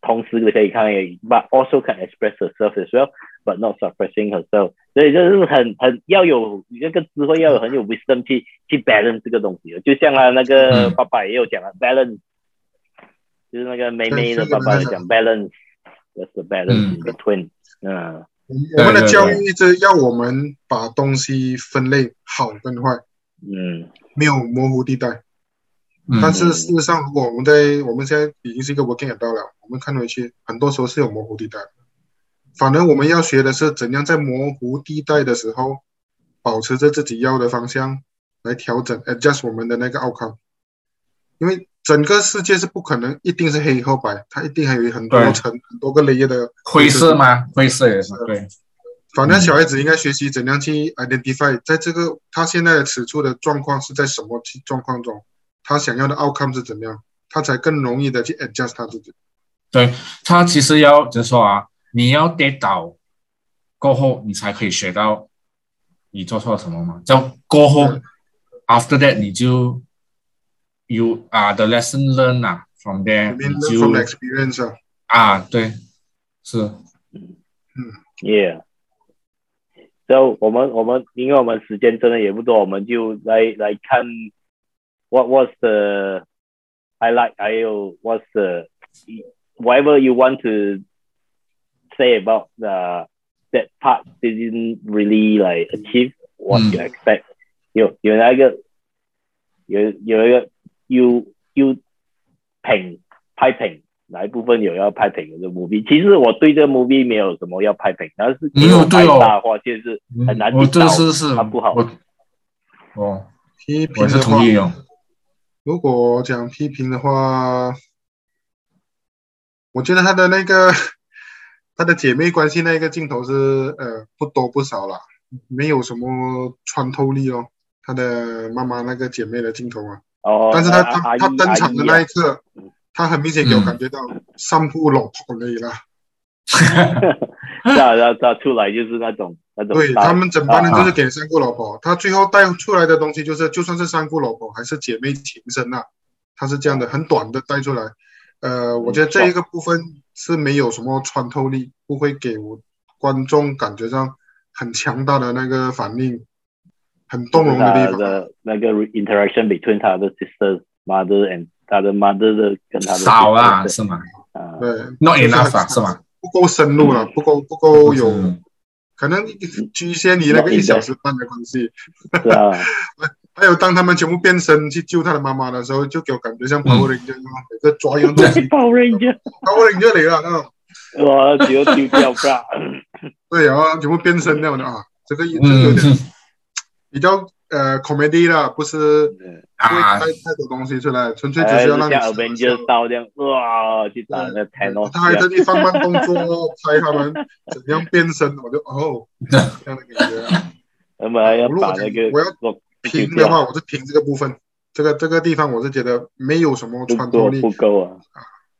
Speaker 1: 同时可以抗压，but also can express herself as well，but not suppressing herself。所以就是很很要有那个智慧，要有很有 wisdom 去去啊 balance 啊这个东西的。就像他那个
Speaker 2: 嗯
Speaker 1: 爸爸也有讲了、b a l a n c e 就是那个妹妹的爸爸讲 balance，that's the balance in between。嗯，
Speaker 3: 我们的教育一直要我们把东西分类好跟坏，
Speaker 1: 嗯，
Speaker 3: 没有模糊地带。
Speaker 2: 嗯
Speaker 3: 但是事实上，如果我们在我们现在已经是一个 working adult 了，我们看回去，很多时候是有模糊地带的。反而我们要学的是怎样在模糊地带的时候，保持着自己要的方向来调整 adjust 我们的那个 outcome。因为整个世界是不可能一定是黑和白，它一定还有很多
Speaker 2: 对
Speaker 3: 层、很多个 layer 的
Speaker 2: 灰色吗？灰色也是对，
Speaker 3: 反正小孩子应该学习怎样去 identify，在这个他现在的此处的状况是在什么状况中，他想要的 outcome 是怎么样，他才更容易的去 adjust 他自己。
Speaker 2: 他其实要怎么说啊？你要跌倒过后，你才可以学到你做错了什么嘛。就过后
Speaker 3: 嗯
Speaker 2: ，after that 你就 you 啊、the lesson learn 啊，from there
Speaker 3: 里面
Speaker 2: 你
Speaker 3: learn from the
Speaker 2: 就
Speaker 3: experience 啊，
Speaker 2: 啊，对，是，
Speaker 1: Yeah，所以我们我们因为我们时间真的也不多，我们就来来看 what was the highlight，还有 what's the whatever you want to say about the that part didn't really like achieve what you expect、有有那个有有一个 you you 评拍评。哪一部分有要拍评的 movie？其实我对这个 movie 没有什么要拍评，但是
Speaker 2: 没有对
Speaker 1: 拍
Speaker 2: 哦
Speaker 1: 大话就是很难
Speaker 2: 嗯我
Speaker 1: 去
Speaker 2: 这
Speaker 1: 找
Speaker 2: 是是
Speaker 1: 它不好
Speaker 2: 我哦，
Speaker 3: 批
Speaker 2: 我
Speaker 3: 评
Speaker 2: 是
Speaker 3: 的话
Speaker 2: 同，意哦，
Speaker 3: 如果讲批评的话，我觉得他的那个 他的姐妹关系那个镜头是呃不多不少啦，没有什么穿透力哦。他的妈妈那个姐妹的镜头啊，
Speaker 1: 哦。
Speaker 3: 但是他
Speaker 1: 啊
Speaker 3: 他
Speaker 1: 阿姨
Speaker 3: 他登场的那一刻
Speaker 1: 嗯，
Speaker 3: 他很明显给我感觉到三步老跑累了。
Speaker 1: 阿姨啊，然后 他出来就是那种那种
Speaker 3: 对
Speaker 1: 大
Speaker 3: 他们整班人
Speaker 2: 啊
Speaker 3: 就是给三顾老婆，他最后带出来的东西就是，就算是三顾老婆，还是姐妹情深呐、他是这样的，很短的带出来。呃，我觉得这一个部分是没有什么穿透力，不会给我观众感觉上很强大的那个反应，很动容的地
Speaker 1: 他
Speaker 3: 方。
Speaker 1: 的那个 interaction between 他的 sister mother and 他的 mother 的跟他的
Speaker 2: 少啦
Speaker 3: 啊
Speaker 1: sister
Speaker 2: 是吗
Speaker 1: 啊，
Speaker 3: 对
Speaker 2: ？Not
Speaker 3: 就是
Speaker 2: enough 啊是吗？
Speaker 3: 不够深入了，不够不够有，
Speaker 2: 嗯
Speaker 3: 可能局限于那个一小时半的关系。
Speaker 1: 是啊，
Speaker 3: 还有当他们全部变身去救他的妈妈的时候，就给我感觉
Speaker 1: 嗯
Speaker 3: 像 Power Ranger 一样，每个抓一样东西
Speaker 1: Power Ranger，
Speaker 3: ，Power Ranger 来了那种。
Speaker 1: 我只有丢掉 bra，
Speaker 3: 对，然后全部变身那种的啊，这个这个有
Speaker 2: 嗯
Speaker 3: 点比较呃 comedy 啦，不是不会
Speaker 2: 啊
Speaker 3: 太，太多东西出来，纯粹
Speaker 1: 还
Speaker 3: 就是是要让
Speaker 1: 哎像
Speaker 3: 你笑一笑
Speaker 1: 啊 Avengers 刀这样，哇，去打那 Thanos，
Speaker 3: 他还在那放慢动 作拍他们怎样变身，我就哦这样的感觉啊。
Speaker 1: 那么要
Speaker 3: 如果
Speaker 1: 把那个
Speaker 3: 我要
Speaker 1: 我
Speaker 3: 评的话，我是评这个部分，这个这个地方我是觉得没有什么
Speaker 1: 不
Speaker 3: 穿透
Speaker 1: 够
Speaker 3: 力，
Speaker 1: 不够啊，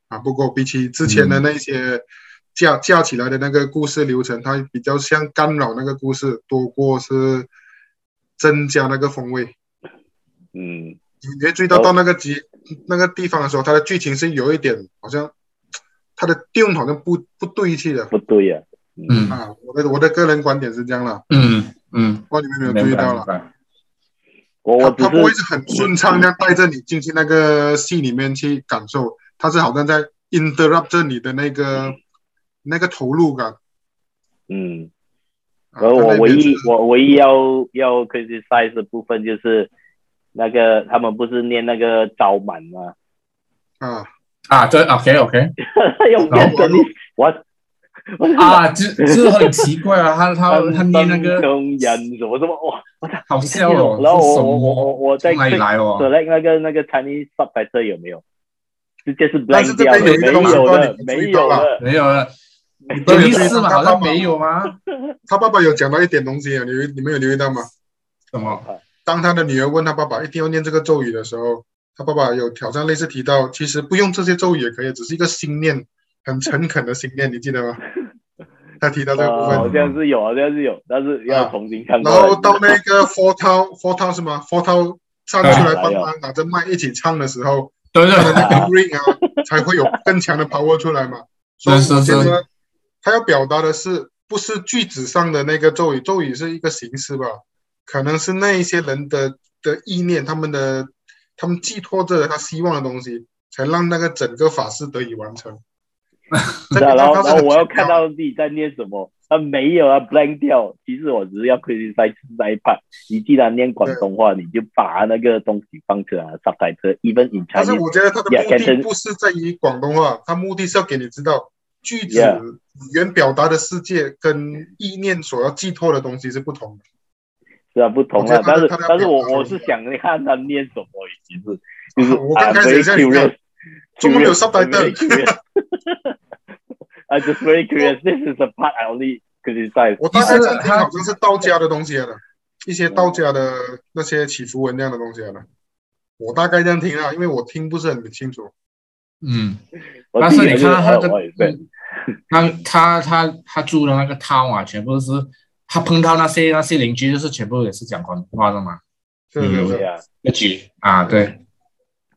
Speaker 3: 啊，不过比起之前
Speaker 1: 嗯
Speaker 3: 的那些架架起来的那个故事流程，它比较像干扰那个故事，多过是增加那个风味。
Speaker 1: 嗯，
Speaker 3: 你会注意到到那个集、那个地方的时候，它的剧情是有一点好像它的调好像不不对气的
Speaker 1: 不对呀，
Speaker 2: 嗯
Speaker 3: 啊。我的我的个人观点是这样啦，
Speaker 2: 嗯嗯，
Speaker 3: 不知道你们有没有注
Speaker 2: 明
Speaker 3: 意
Speaker 2: 白
Speaker 3: 到
Speaker 2: 明
Speaker 3: 了。
Speaker 2: 白。
Speaker 1: 我
Speaker 3: 它
Speaker 1: 我只
Speaker 3: 它不会
Speaker 1: 是
Speaker 3: 是很顺畅的带着你进去那个戏里面去感受，它是好像在 interrupt 着你的那个、那个投入感。
Speaker 1: 嗯。
Speaker 3: 啊
Speaker 1: 而我
Speaker 3: 它那
Speaker 1: 唯
Speaker 3: 边
Speaker 1: 一
Speaker 3: 是
Speaker 1: 我唯一要要 criticize 的部分就是那个他们不是念那个招满吗？
Speaker 3: 啊，
Speaker 2: 啊，对，OK OK，
Speaker 1: 用变成你我我
Speaker 2: 啊，就就是很奇怪啊，他他他念那个
Speaker 1: 中人什么什么哇，
Speaker 2: 好笑哦，
Speaker 1: 然后
Speaker 2: 是什
Speaker 1: 我我我我
Speaker 2: 么？
Speaker 1: 我在
Speaker 2: 从哪里
Speaker 3: 啊
Speaker 2: 来哦？
Speaker 1: select 那个那个 Chinese subtitle 有没有？直接是
Speaker 3: 但是
Speaker 1: blank
Speaker 3: 这
Speaker 1: 掉
Speaker 3: 边
Speaker 1: 的，
Speaker 3: 有一个东
Speaker 1: 没
Speaker 3: 西
Speaker 1: 有
Speaker 3: 不知道
Speaker 1: 的
Speaker 3: 你，们注
Speaker 1: 没
Speaker 3: 意到
Speaker 1: 有
Speaker 3: 吧
Speaker 1: 的，
Speaker 2: 没有了，有
Speaker 3: 对
Speaker 2: 意思嘛？好像没有吗？
Speaker 3: 他爸爸有讲到一点东西，啊你你们有留意到吗？
Speaker 2: 什么？
Speaker 3: 当他的女儿问他爸爸一定要念这个咒语的时候，他爸爸有挑战类似提到，其实不用这些咒语也可以，只是一个心念，很诚恳的心念，你记得 吗？他提到这个部
Speaker 1: 呃
Speaker 3: 分，啊
Speaker 1: 好像是有，好像是有，但是要重新看过
Speaker 3: 然
Speaker 1: 来。嗯
Speaker 3: 后到那个 Four Town Four Town 是吗？Four Town 站出来 帮
Speaker 1: 对哎
Speaker 3: 忙拿着麦一起唱的时候，
Speaker 2: 对对
Speaker 3: 他的那个
Speaker 1: 啊
Speaker 3: ring 啊，才会有更强的 power 出来嘛。所以
Speaker 2: 是是
Speaker 3: 我觉
Speaker 2: 是
Speaker 3: 得他要表达的是，不是句子上的那个咒语，咒语是一个形式吧，可能是那一些人的的意念，他们的他们寄托着他希望的东西，才让那个整个法事得以 完成。这
Speaker 1: 然
Speaker 3: 个
Speaker 1: 后然
Speaker 3: 它
Speaker 1: 后
Speaker 3: 是
Speaker 1: 然后
Speaker 3: 很
Speaker 1: 我要
Speaker 3: 重
Speaker 1: 看
Speaker 3: 要的
Speaker 1: 到自己在念什么，他没有啊，blank 掉。其实我只是要 criticize 那一 part。你既然念广东话，你就把那个东西放出来，subtitle even in
Speaker 3: 但是
Speaker 1: Chinese。
Speaker 3: 我觉得他的
Speaker 1: Yeah,
Speaker 3: 目的
Speaker 1: Canton-
Speaker 3: 不是在于广东话，他目的是要给你知道句子
Speaker 1: Yeah
Speaker 3: 语言表达的世界跟意念所要寄托的东西是不同的。
Speaker 1: 是啊，不同
Speaker 3: 我觉
Speaker 1: 啊
Speaker 3: 得。
Speaker 1: 但是
Speaker 3: 他的他的
Speaker 1: 但是我
Speaker 3: 表达
Speaker 1: 我
Speaker 3: 是
Speaker 1: 是想看他念什么，其实就是
Speaker 3: 啊
Speaker 1: 啊
Speaker 3: 我刚
Speaker 1: I'm
Speaker 3: 开始
Speaker 1: very
Speaker 3: 也像你这样
Speaker 1: curious。
Speaker 3: 中文有
Speaker 1: Curious, I'm very
Speaker 3: subtitle
Speaker 1: curious. I'm just very curious. This is the part I only criticize.
Speaker 3: 我大概
Speaker 2: 其实
Speaker 3: 在听
Speaker 2: 他
Speaker 3: 好像是道家的东西来的，一些道家的那些祈福文那样的东西来的。我大概这样听啊，因为我听不是很清楚。
Speaker 2: 嗯，
Speaker 1: 我
Speaker 2: 但
Speaker 1: 自
Speaker 2: 是
Speaker 1: 己
Speaker 2: 你
Speaker 1: 也
Speaker 2: 看他的
Speaker 1: 我也是，
Speaker 2: 他他他他住的那个汤啊，全部是他碰到那些那些邻居，就是全部也是讲广东话的嘛。
Speaker 3: 是是
Speaker 2: 嗯
Speaker 1: 对
Speaker 3: 是，
Speaker 1: 呀。
Speaker 2: 一起啊，对，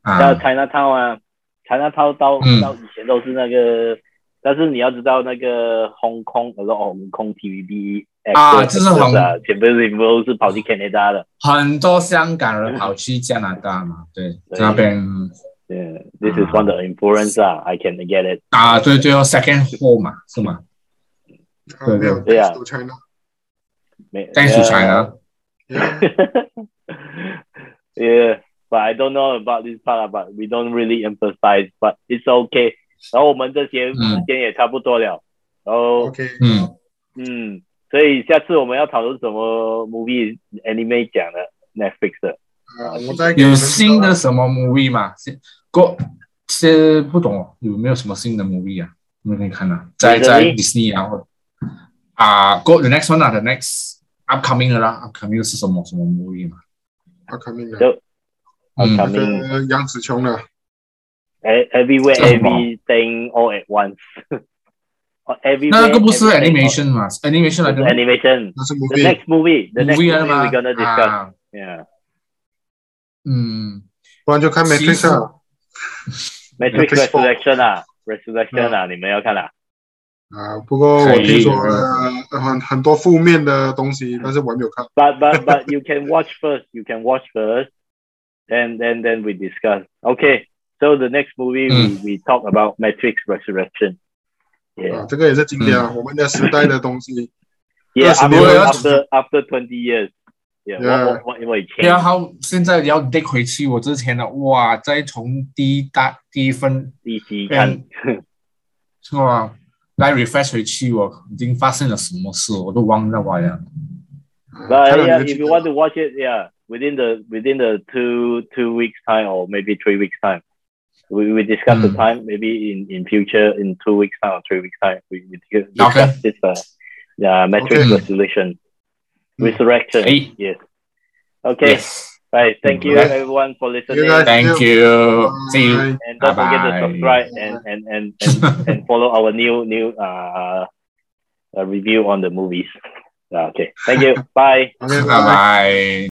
Speaker 1: 那
Speaker 2: 啊，
Speaker 1: China Town 啊，China Town 到
Speaker 2: 嗯
Speaker 1: 到以前都是那个，但是你要知道那个 Hong Kong，我说哦 Hong Kong TVB
Speaker 2: 啊
Speaker 1: actors，
Speaker 2: 这是哦
Speaker 1: actors
Speaker 2: 红
Speaker 1: 啊，全部全部都是跑去 Canada 的。
Speaker 2: 很多香港人跑去加拿大嘛，对，
Speaker 1: 对
Speaker 2: 在那边
Speaker 1: 嗯，This is one of the influence 啊，I can get it。
Speaker 2: 啊，对对哦，second home 嘛，是吗？
Speaker 3: 啊
Speaker 2: 对对
Speaker 3: 没有
Speaker 1: 对啊
Speaker 3: Thanks to China
Speaker 1: 没，呃
Speaker 2: Thanks to China，
Speaker 3: Yeah,
Speaker 1: Yeah, but I don't know about this part, lah, but we don't really emphasize, but it's okay. 然后我们这些
Speaker 2: 嗯
Speaker 1: 时间也差不多了，然后
Speaker 3: OK，
Speaker 2: 嗯，
Speaker 1: 嗯，所以下次我们要讨论什么 movie anime 讲的 Netflix 的，
Speaker 3: 啊，我再给你
Speaker 2: 有
Speaker 3: 们
Speaker 2: 新的什么 movie 吗？是过是不懂哦有没有什么新的 movie 啊？你们可以看啊，在在
Speaker 1: Disney？
Speaker 2: Disney 啊，或啊，go the next one 啊，the next upcoming 的啦，upcoming 是什么什么 movie 嘛？
Speaker 3: upcoming 的
Speaker 1: 就
Speaker 2: 嗯
Speaker 1: 他
Speaker 3: 那
Speaker 1: 们
Speaker 3: 个杨紫琼的
Speaker 1: e- everywhere
Speaker 2: 叫什么
Speaker 1: everything all at once，哦，everywhere
Speaker 2: 那个不是
Speaker 1: everything all-
Speaker 2: animation 嘛是？animation 来
Speaker 1: 不
Speaker 2: 的
Speaker 1: 是 animation。
Speaker 3: 那是
Speaker 1: The
Speaker 3: movie，
Speaker 1: next movie, the next
Speaker 2: movie
Speaker 1: movie
Speaker 2: 来的嘛
Speaker 1: we're gonna discuss.
Speaker 2: 啊，
Speaker 1: Yeah,
Speaker 2: 嗯。
Speaker 3: 不然就看
Speaker 2: 其实
Speaker 3: Matrix 啊。
Speaker 1: Matrix
Speaker 3: Matrix four
Speaker 1: Resurrection 啊，Resurrection 啊，你们要看啦？
Speaker 3: 啊，不过我
Speaker 2: 可以
Speaker 3: 听说
Speaker 2: 有
Speaker 3: 呃很很多负面的东西，但是我还没有看。
Speaker 1: but but but you can watch first. You can watch first, and then then we discuss. Okay, so the next movie
Speaker 2: Mm.
Speaker 1: we, we talk about Matrix Resurrection.
Speaker 3: 啊
Speaker 1: Yeah,，
Speaker 3: 这个也是经典啊，我们的时代的东西。
Speaker 1: yeah.
Speaker 3: Yes,
Speaker 1: After
Speaker 2: we will.
Speaker 1: after after twenty years, yeah.
Speaker 3: Yeah.
Speaker 1: What what what
Speaker 2: 不要好，现在要 dig 回去我之前的，哇，再从第一大第一份
Speaker 1: 以前第一集看，
Speaker 2: 是吧？啊来 refresh 回去我已经发生了什么事，我都忘了我呀。
Speaker 1: but
Speaker 3: 看到
Speaker 1: yeah,
Speaker 3: 你
Speaker 1: if
Speaker 3: 就
Speaker 1: you want to watch it, yeah, within the within the two two weeks time or maybe three weeks time. We, we discuss the
Speaker 2: Mm.
Speaker 3: Hmm.
Speaker 1: time maybe in, in future in two weeks time or three weeks time we, we discuss
Speaker 2: Okay.
Speaker 1: this uh, yeah matrix
Speaker 2: Okay.
Speaker 1: resolution
Speaker 3: Mm.
Speaker 1: resurrection
Speaker 2: 哎
Speaker 1: Yes. Okay. Right. Thank you
Speaker 2: Okay.
Speaker 1: everyone for listening.
Speaker 3: Hmm. guys.
Speaker 2: ，Thank
Speaker 3: Bon,
Speaker 2: you，see you。
Speaker 3: 哎
Speaker 1: And don't forget to
Speaker 2: Bye-bye.
Speaker 1: subscribe and and and, and, and follow our new new uh, uh review on the movies. Uh, Okay. Thank you. Bye.
Speaker 3: ，OK，拜拜。
Speaker 2: 拜拜。